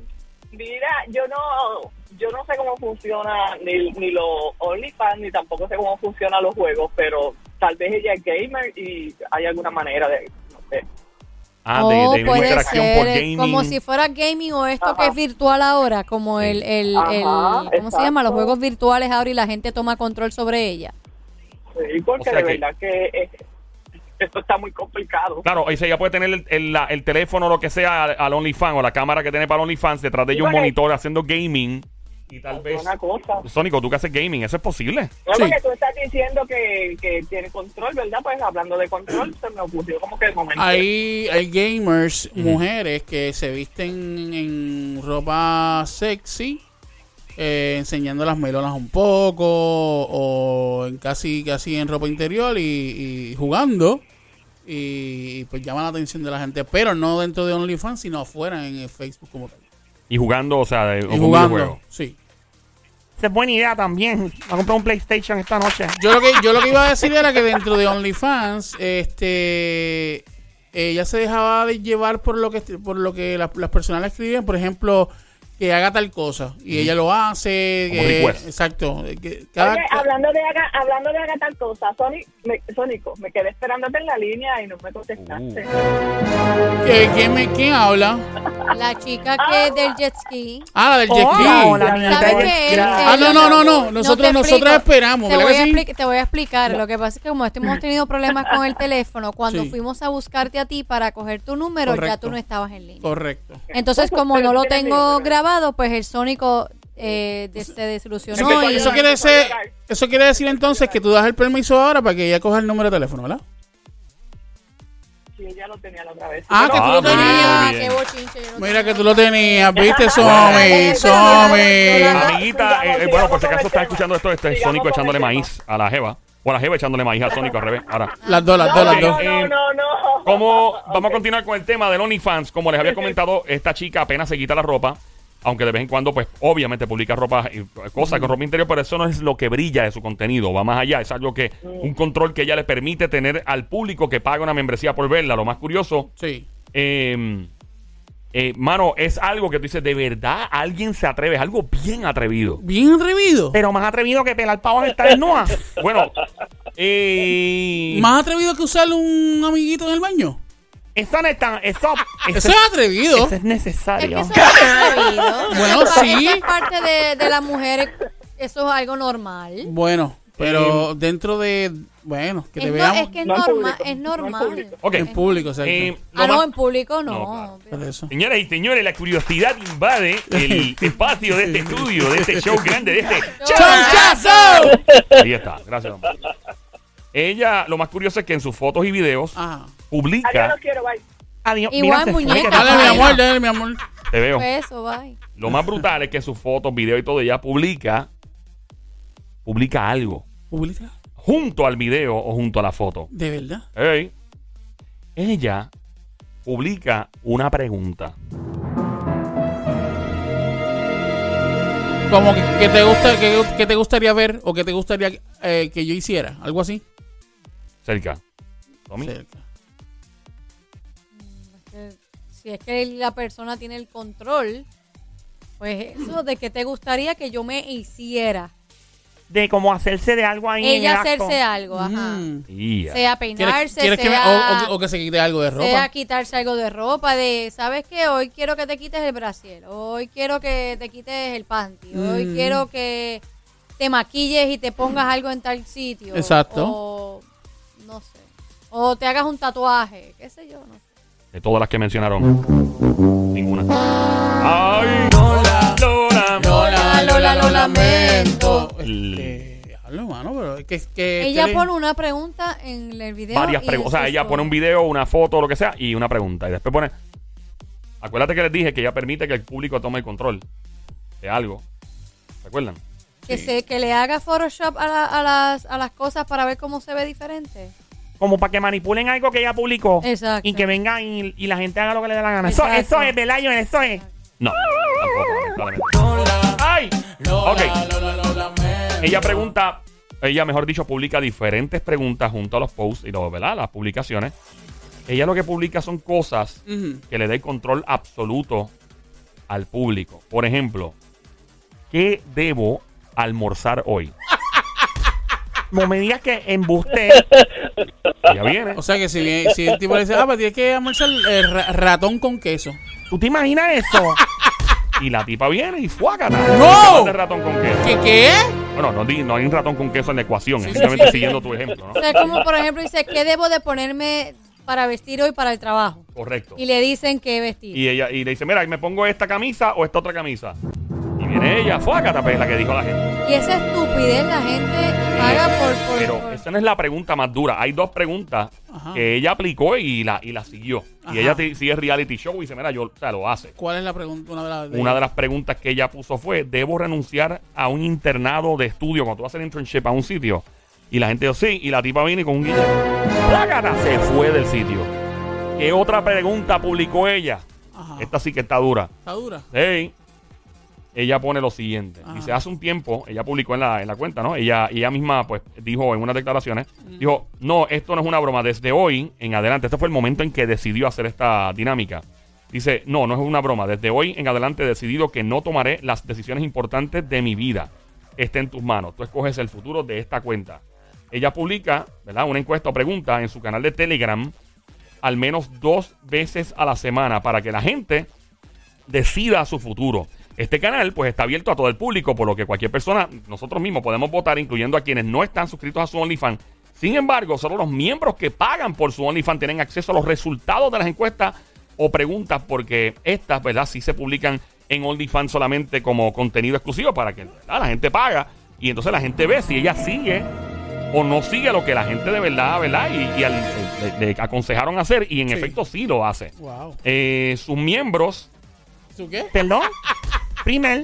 Speaker 8: Mira, yo no, yo no sé cómo funciona ni, ni los OnlyFans, ni tampoco sé cómo funcionan los juegos, pero tal vez ella es gamer y hay alguna manera de, no sé.
Speaker 2: Ah,
Speaker 5: Oh,
Speaker 2: de, de una
Speaker 5: puede
Speaker 2: interacción
Speaker 5: ser,
Speaker 2: por
Speaker 5: eh,
Speaker 2: gaming.
Speaker 5: como si fuera gaming o esto que
Speaker 8: Ajá.
Speaker 5: es virtual ahora, como el, el,
Speaker 8: Ajá,
Speaker 5: el- ¿cómo se
Speaker 8: exacto.
Speaker 5: llama? Los juegos virtuales ahora y la gente toma control sobre ella.
Speaker 8: Sí, porque
Speaker 2: O sea
Speaker 8: de
Speaker 2: que-
Speaker 8: verdad que eh, esto está muy complicado.
Speaker 2: Claro, o sea, ella puede tener el, el- la- el teléfono o lo que sea al, al OnlyFans o la cámara que tiene para el OnlyFans detrás de ella un
Speaker 8: Dígale.
Speaker 2: monitor haciendo gaming y tal vez...
Speaker 8: Una cosa.
Speaker 2: Sónico, tú que haces gaming, ¿eso es posible?
Speaker 8: No,
Speaker 3: Sí.
Speaker 8: porque tú estás diciendo que, que tiene control, ¿verdad? Pues hablando de control, se me ocurrió como que el momento.
Speaker 3: Hay, hay gamers, mujeres, que se visten en ropa sexy, eh, enseñando las melonas un poco, o en casi, casi en ropa interior y, y jugando. Y, pues llama la atención de la gente, pero no dentro de OnlyFans, sino afuera en el Facebook como tal.
Speaker 2: Y jugando, o sea, de,
Speaker 3: Y
Speaker 2: un
Speaker 3: jugando,
Speaker 2: videojuego.
Speaker 3: sí.
Speaker 4: Esa es buena idea también. Va a comprar un PlayStation esta noche.
Speaker 3: Yo lo que yo lo que iba a decir era que dentro de OnlyFans, este, ella se dejaba de llevar por lo que por lo que las, las personas le escribían, por ejemplo, que haga tal cosa y ella lo hace,
Speaker 2: Como
Speaker 3: que-
Speaker 2: request.
Speaker 3: exacto, Ah, que cada-
Speaker 8: Oye, hablando de haga, hablando de haga tal cosa, Sony, me, Sónico, me quedé esperándote en la línea y no me contestaste.
Speaker 2: Uh.
Speaker 3: que- ¿quién, me- quién habla?
Speaker 5: La chica que es del jet ski.
Speaker 3: Ah, la del jet ski.
Speaker 4: Oh, la amiguita
Speaker 5: ¿Sabes
Speaker 4: de
Speaker 5: qué?
Speaker 4: Jet Ski.
Speaker 5: Él-
Speaker 3: Ah, no, no, no, no. Nosotros,
Speaker 5: te
Speaker 3: nosotros
Speaker 5: explico.
Speaker 3: esperamos,
Speaker 5: Te
Speaker 3: ¿verdad
Speaker 5: voy, a
Speaker 3: que sí?
Speaker 5: expli- te voy a explicar. Lo que pasa es que como este- hemos tenido problemas con el teléfono, cuando
Speaker 3: Sí.
Speaker 5: fuimos a buscarte a ti para coger tu número, ya
Speaker 3: Correcto.
Speaker 5: tú no estabas en línea.
Speaker 3: Correcto.
Speaker 5: Entonces, como no lo
Speaker 8: Pues, Espérate,
Speaker 5: tengo
Speaker 8: espérate.
Speaker 5: grabado, pues el Sónico eh, de- se desilusionó.
Speaker 3: Eso,
Speaker 5: y-
Speaker 3: eso quiere decir, eso quiere decir entonces que tú das el permiso ahora para que ella coja el número de teléfono, ¿verdad?
Speaker 8: Sí, ya lo tenía la otra vez.
Speaker 3: Ah, que tú lo
Speaker 2: Ah, muy
Speaker 3: tenías.
Speaker 5: Ah,
Speaker 2: bien.
Speaker 5: qué bochinche, yo no
Speaker 3: Mira que
Speaker 5: tengo.
Speaker 3: tú lo tenías, viste,
Speaker 5: Eso,
Speaker 3: Somi,
Speaker 5: eso,
Speaker 3: Somi.
Speaker 2: Amiguita,
Speaker 5: eso.
Speaker 8: Sigamos,
Speaker 2: eh, eh,
Speaker 8: sigamos
Speaker 2: bueno, por si acaso
Speaker 8: con el
Speaker 2: estás
Speaker 8: tema.
Speaker 2: escuchando esto, este es
Speaker 8: Sigamos
Speaker 2: Sónico
Speaker 8: con el
Speaker 2: echándole
Speaker 8: tema.
Speaker 2: maíz a la jeva. O a la jeva echándole maíz a Sónico al revés. Ahora,
Speaker 3: Las dos, las
Speaker 8: No,
Speaker 3: dos, las dos.
Speaker 8: no,
Speaker 2: eh.
Speaker 8: no, no, no.
Speaker 2: Como vamos a
Speaker 8: Ok.
Speaker 2: continuar con el tema del OnlyFans, como les había comentado, esta chica apenas se quita la ropa, aunque de vez en cuando, pues, obviamente publica ropa, y pues, cosas con ropa interior, pero eso no es lo que brilla de su contenido, va más allá, es algo que, un control que ella le permite tener al público que paga una membresía por verla. Lo más curioso,
Speaker 3: Sí.
Speaker 2: eh, eh, mano, es algo que tú dices, de verdad, alguien se atreve, es algo bien atrevido.
Speaker 3: Bien atrevido.
Speaker 4: Pero más atrevido que pelar pavos en estar desnuda.
Speaker 2: Bueno, eh,
Speaker 3: Más atrevido que usar un amiguito en el baño.
Speaker 4: Eso no es tan. Eso, eso,
Speaker 3: Eso es atrevido.
Speaker 4: eso es
Speaker 5: Es que
Speaker 4: necesario.
Speaker 5: eso es atrevido.
Speaker 3: Bueno,
Speaker 5: Eso
Speaker 3: sí.
Speaker 5: Es parte de, de las mujeres. Eso es algo normal.
Speaker 3: Bueno, pero dentro de. Bueno, que
Speaker 5: Es,
Speaker 3: te
Speaker 5: no-
Speaker 3: veamos
Speaker 5: es que es,
Speaker 8: No en
Speaker 5: norma-
Speaker 8: público,
Speaker 5: es
Speaker 8: no en
Speaker 5: normal.
Speaker 8: público.
Speaker 2: ok.
Speaker 3: en público, exacto.
Speaker 2: Eh, lo
Speaker 5: Ah, no,
Speaker 2: más-
Speaker 5: en público
Speaker 2: No,
Speaker 5: no.
Speaker 2: claro.
Speaker 3: Por eso.
Speaker 2: Señoras y señores, la curiosidad invade el espacio de este estudio, de este show grande, de este...
Speaker 3: ¡Chonchazo!
Speaker 2: Ahí está, gracias. amor. Ella, lo más curioso es que en sus fotos y videos
Speaker 5: Ah.
Speaker 3: Ajá.
Speaker 2: publica...
Speaker 8: Adiós, los quiero, bye.
Speaker 4: Adiós.
Speaker 5: Igual,
Speaker 4: se fue,
Speaker 5: muñeca.
Speaker 4: que-
Speaker 3: Dale, mi amor, dale, mi amor.
Speaker 2: Te veo.
Speaker 5: Fue eso, Pues, bye.
Speaker 2: Lo más brutal es que sus fotos, videos y todo, ella publica... Publica algo.
Speaker 3: Publica.
Speaker 2: Junto al video o junto a la foto.
Speaker 3: De verdad.
Speaker 2: Ey. Ella publica una pregunta.
Speaker 3: Como que, que te gusta, que, que te gustaría ver o que te gustaría eh, que yo hiciera. Algo así.
Speaker 2: Cerca. Tommy.
Speaker 3: Cerca.
Speaker 5: Eh, Si es que la persona tiene el control, pues eso de que te gustaría que yo me hiciera.
Speaker 4: De como hacerse de algo ahí. en el
Speaker 5: Ella
Speaker 4: acto.
Speaker 5: hacerse algo, ajá.
Speaker 3: Mm.
Speaker 2: Ia.
Speaker 5: Sea
Speaker 3: ¿Quieres-
Speaker 5: peinarse,
Speaker 3: quieres que me-
Speaker 5: sea,
Speaker 3: o, o- o que se quite algo de
Speaker 5: sea
Speaker 3: ropa?
Speaker 5: quitarse algo de ropa, de, ¿sabes qué? Hoy quiero que te quites el brasier, hoy quiero que te quites el panty, hoy
Speaker 3: Mm.
Speaker 5: quiero que te maquilles y te pongas algo en tal sitio.
Speaker 3: Exacto.
Speaker 5: O, no sé. O te hagas un tatuaje, qué sé yo, no sé.
Speaker 2: De todas las que mencionaron. Ninguna. ¡Ay! Lola.
Speaker 3: Lola,
Speaker 5: Lola, lo lamento.
Speaker 3: Este, diablo, mano, pero es que. es que
Speaker 5: Ella
Speaker 3: que le-
Speaker 5: pone una pregunta en el video.
Speaker 2: Varias
Speaker 5: y
Speaker 2: preguntas. O sea,
Speaker 5: eso es
Speaker 2: ella
Speaker 5: todo.
Speaker 2: pone un video, una foto, lo que sea, y una pregunta. Y después pone, Acuérdate que les dije que ella permite que el público tome el control de algo. ¿Se acuerdan?
Speaker 5: Que, se, que le haga Photoshop a, la- a las, a las cosas para ver cómo se ve diferente.
Speaker 4: Como para que manipulen algo que ella publicó.
Speaker 5: Exacto.
Speaker 4: Y que vengan y, y la gente haga lo que le dé la gana. Eso,
Speaker 5: Exacto.
Speaker 4: eso es, ¿verdad, Joel? Eso es.
Speaker 2: No, tampoco, claramente. ¡Ay! Ok. Ella pregunta, ella mejor dicho, publica diferentes preguntas junto a los posts y los, ¿verdad? las publicaciones. Ella lo que publica son cosas
Speaker 3: Ujú.
Speaker 2: que le dé control absoluto al público. Por ejemplo, ¿qué debo almorzar
Speaker 5: [laughs]
Speaker 2: hoy?
Speaker 4: No me digas que embuste.
Speaker 2: Ella viene.
Speaker 3: O sea que si, bien- si el tipo le dice, ah, pero tienes que almorzar eh, ra- ratón con queso.
Speaker 4: ¿Tú te imaginas eso?
Speaker 2: [laughs] Y la tipa viene y fuácata.
Speaker 3: ¡No!
Speaker 2: De ratón con queso.
Speaker 3: ¿Qué qué?
Speaker 2: Bueno, no, di- no hay un ratón con queso en la ecuación. es
Speaker 3: Sí, sí,
Speaker 2: simplemente
Speaker 3: sí.
Speaker 2: siguiendo tu ejemplo, ¿no?
Speaker 5: O sea, como por ejemplo dice, ¿qué debo de ponerme para vestir hoy para el trabajo?
Speaker 2: Correcto.
Speaker 5: Y le dicen qué vestir.
Speaker 2: Y ella y le dice, mira, ¿me pongo esta camisa o esta otra camisa? Y viene ella, fuácata, pues, la que dijo la gente.
Speaker 5: Y esa estupidez la gente paga por... por-
Speaker 2: Pero
Speaker 5: por-
Speaker 2: esa no es la pregunta más dura. Hay dos preguntas
Speaker 3: Ajá.
Speaker 2: que ella aplicó y la, y la siguió. Y
Speaker 3: Ajá.
Speaker 2: ella te- sigue el reality show y dice, mira, yo, o sea, lo hace.
Speaker 3: ¿Cuál es la pregunta? Una de las.
Speaker 2: Una de las preguntas que ella puso fue, ¿debo renunciar a un internado de estudio cuando tú haces el internship a un sitio? Y la gente dijo, sí, y la tipa viene con un guille. ¡Plácata! Se fue del sitio. ¿Qué otra pregunta publicó ella?
Speaker 3: Ajá.
Speaker 2: Esta sí que está dura.
Speaker 3: Está dura.
Speaker 2: Hey. Ella pone lo siguiente.
Speaker 3: Ajá.
Speaker 2: Dice, hace un tiempo, ella publicó en la, en la cuenta, ¿no? Ella, ella misma, pues, dijo en unas declaraciones, dijo, no, esto no es una broma. Desde hoy en adelante, este fue el momento en que decidió hacer esta dinámica. Dice, no, no es una broma. Desde hoy en adelante he decidido que no tomaré las decisiones importantes de mi vida. Está en tus manos. Tú escoges el futuro de esta cuenta. Ella publica, ¿verdad? Una encuesta o pregunta en su canal de Telegram al menos dos veces a la semana para que la gente decida su futuro. Este canal pues está abierto a todo el público, por lo que cualquier persona, nosotros mismos podemos votar, incluyendo a quienes no están suscritos a su OnlyFans. Sin embargo, solo los miembros que pagan por su OnlyFans tienen acceso a los resultados de las encuestas o preguntas, porque estas, ¿verdad? Sí se publican en OnlyFans solamente como contenido exclusivo para que ¿verdad? la gente paga y entonces la gente ve si ella sigue o no sigue lo que la gente de verdad, ¿verdad? Y, y al- eh, le, le aconsejaron hacer y en
Speaker 3: Sí.
Speaker 2: efecto sí lo hace.
Speaker 3: Wow.
Speaker 2: Eh, sus miembros
Speaker 3: ¿Tú qué?
Speaker 4: ¿Perdón? Primer.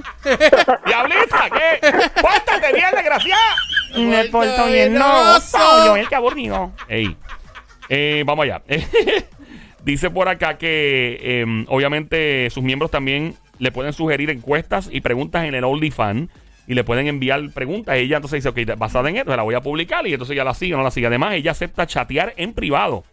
Speaker 2: ¡Diablita! ¿Qué? ¡Cuéntate bien, desgraciada!
Speaker 4: Me
Speaker 3: Vuelto
Speaker 4: porto bien. No,
Speaker 3: vidrioso.
Speaker 4: wow, Joel, qué aburrido.
Speaker 2: Ey. Eh, vamos allá. [laughs] Dice por acá que eh, obviamente sus miembros también le pueden sugerir encuestas y preguntas en el OnlyFans y le pueden enviar preguntas. Ella entonces dice, ok, basada en esto, la voy a publicar y entonces ya la sigue o no la sigue. Además, ella acepta chatear en privado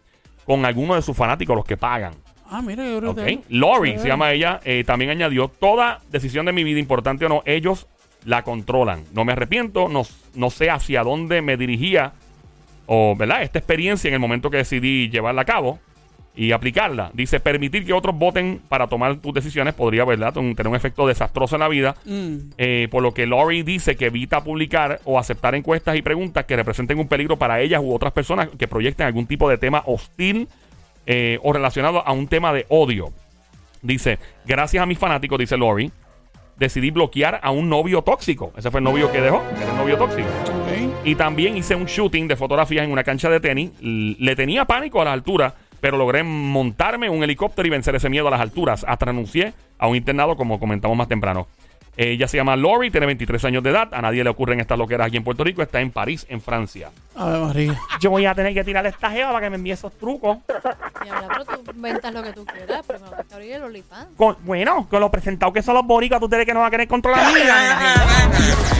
Speaker 2: con alguno de sus fanáticos, los que pagan.
Speaker 3: Ah, mira, yo creo
Speaker 2: Ok.
Speaker 3: que.
Speaker 2: Lori se llama ella. eh, también añadió: toda decisión de mi vida, importante o no, ellos la controlan. No me arrepiento, no, no sé hacia dónde me dirigía o, ¿verdad? Esta experiencia en el momento que decidí llevarla a cabo y aplicarla. Dice: permitir que otros voten para tomar tus decisiones podría, ¿verdad?, Un- tener un efecto desastroso en la vida.
Speaker 3: Mm.
Speaker 2: Eh, por lo que Lori dice que evita publicar o aceptar encuestas y preguntas que representen un peligro para ellas u otras personas que proyecten algún tipo de tema hostil eh, o relacionado a un tema de odio. Dice, gracias a mis fanáticos, dice Lori, decidí bloquear a un novio tóxico. Ese fue el novio que dejó, que era el novio tóxico.
Speaker 3: Ok.
Speaker 2: Y también hice un shooting de fotografías en una cancha de tenis. L- Le tenía pánico a las alturas, pero logré montarme en un helicóptero y vencer ese miedo a las alturas. Hasta renuncié a un internado, como comentamos más temprano. Ella se llama Lori, tiene 23 años de edad. A nadie le ocurren estas loqueras aquí en Puerto Rico. Está en París, en Francia.
Speaker 3: A ver, María.
Speaker 4: Yo voy a tener que tirarle esta jeva para que me envíe esos trucos.
Speaker 5: Diabla, pero tú inventas lo que tú quieras, pero me vas a abrir el OnlyFans.
Speaker 4: Con- bueno, con lo presentado que son los boricuas, tú tienes que no vas a querer controlar mi vida. me imagino.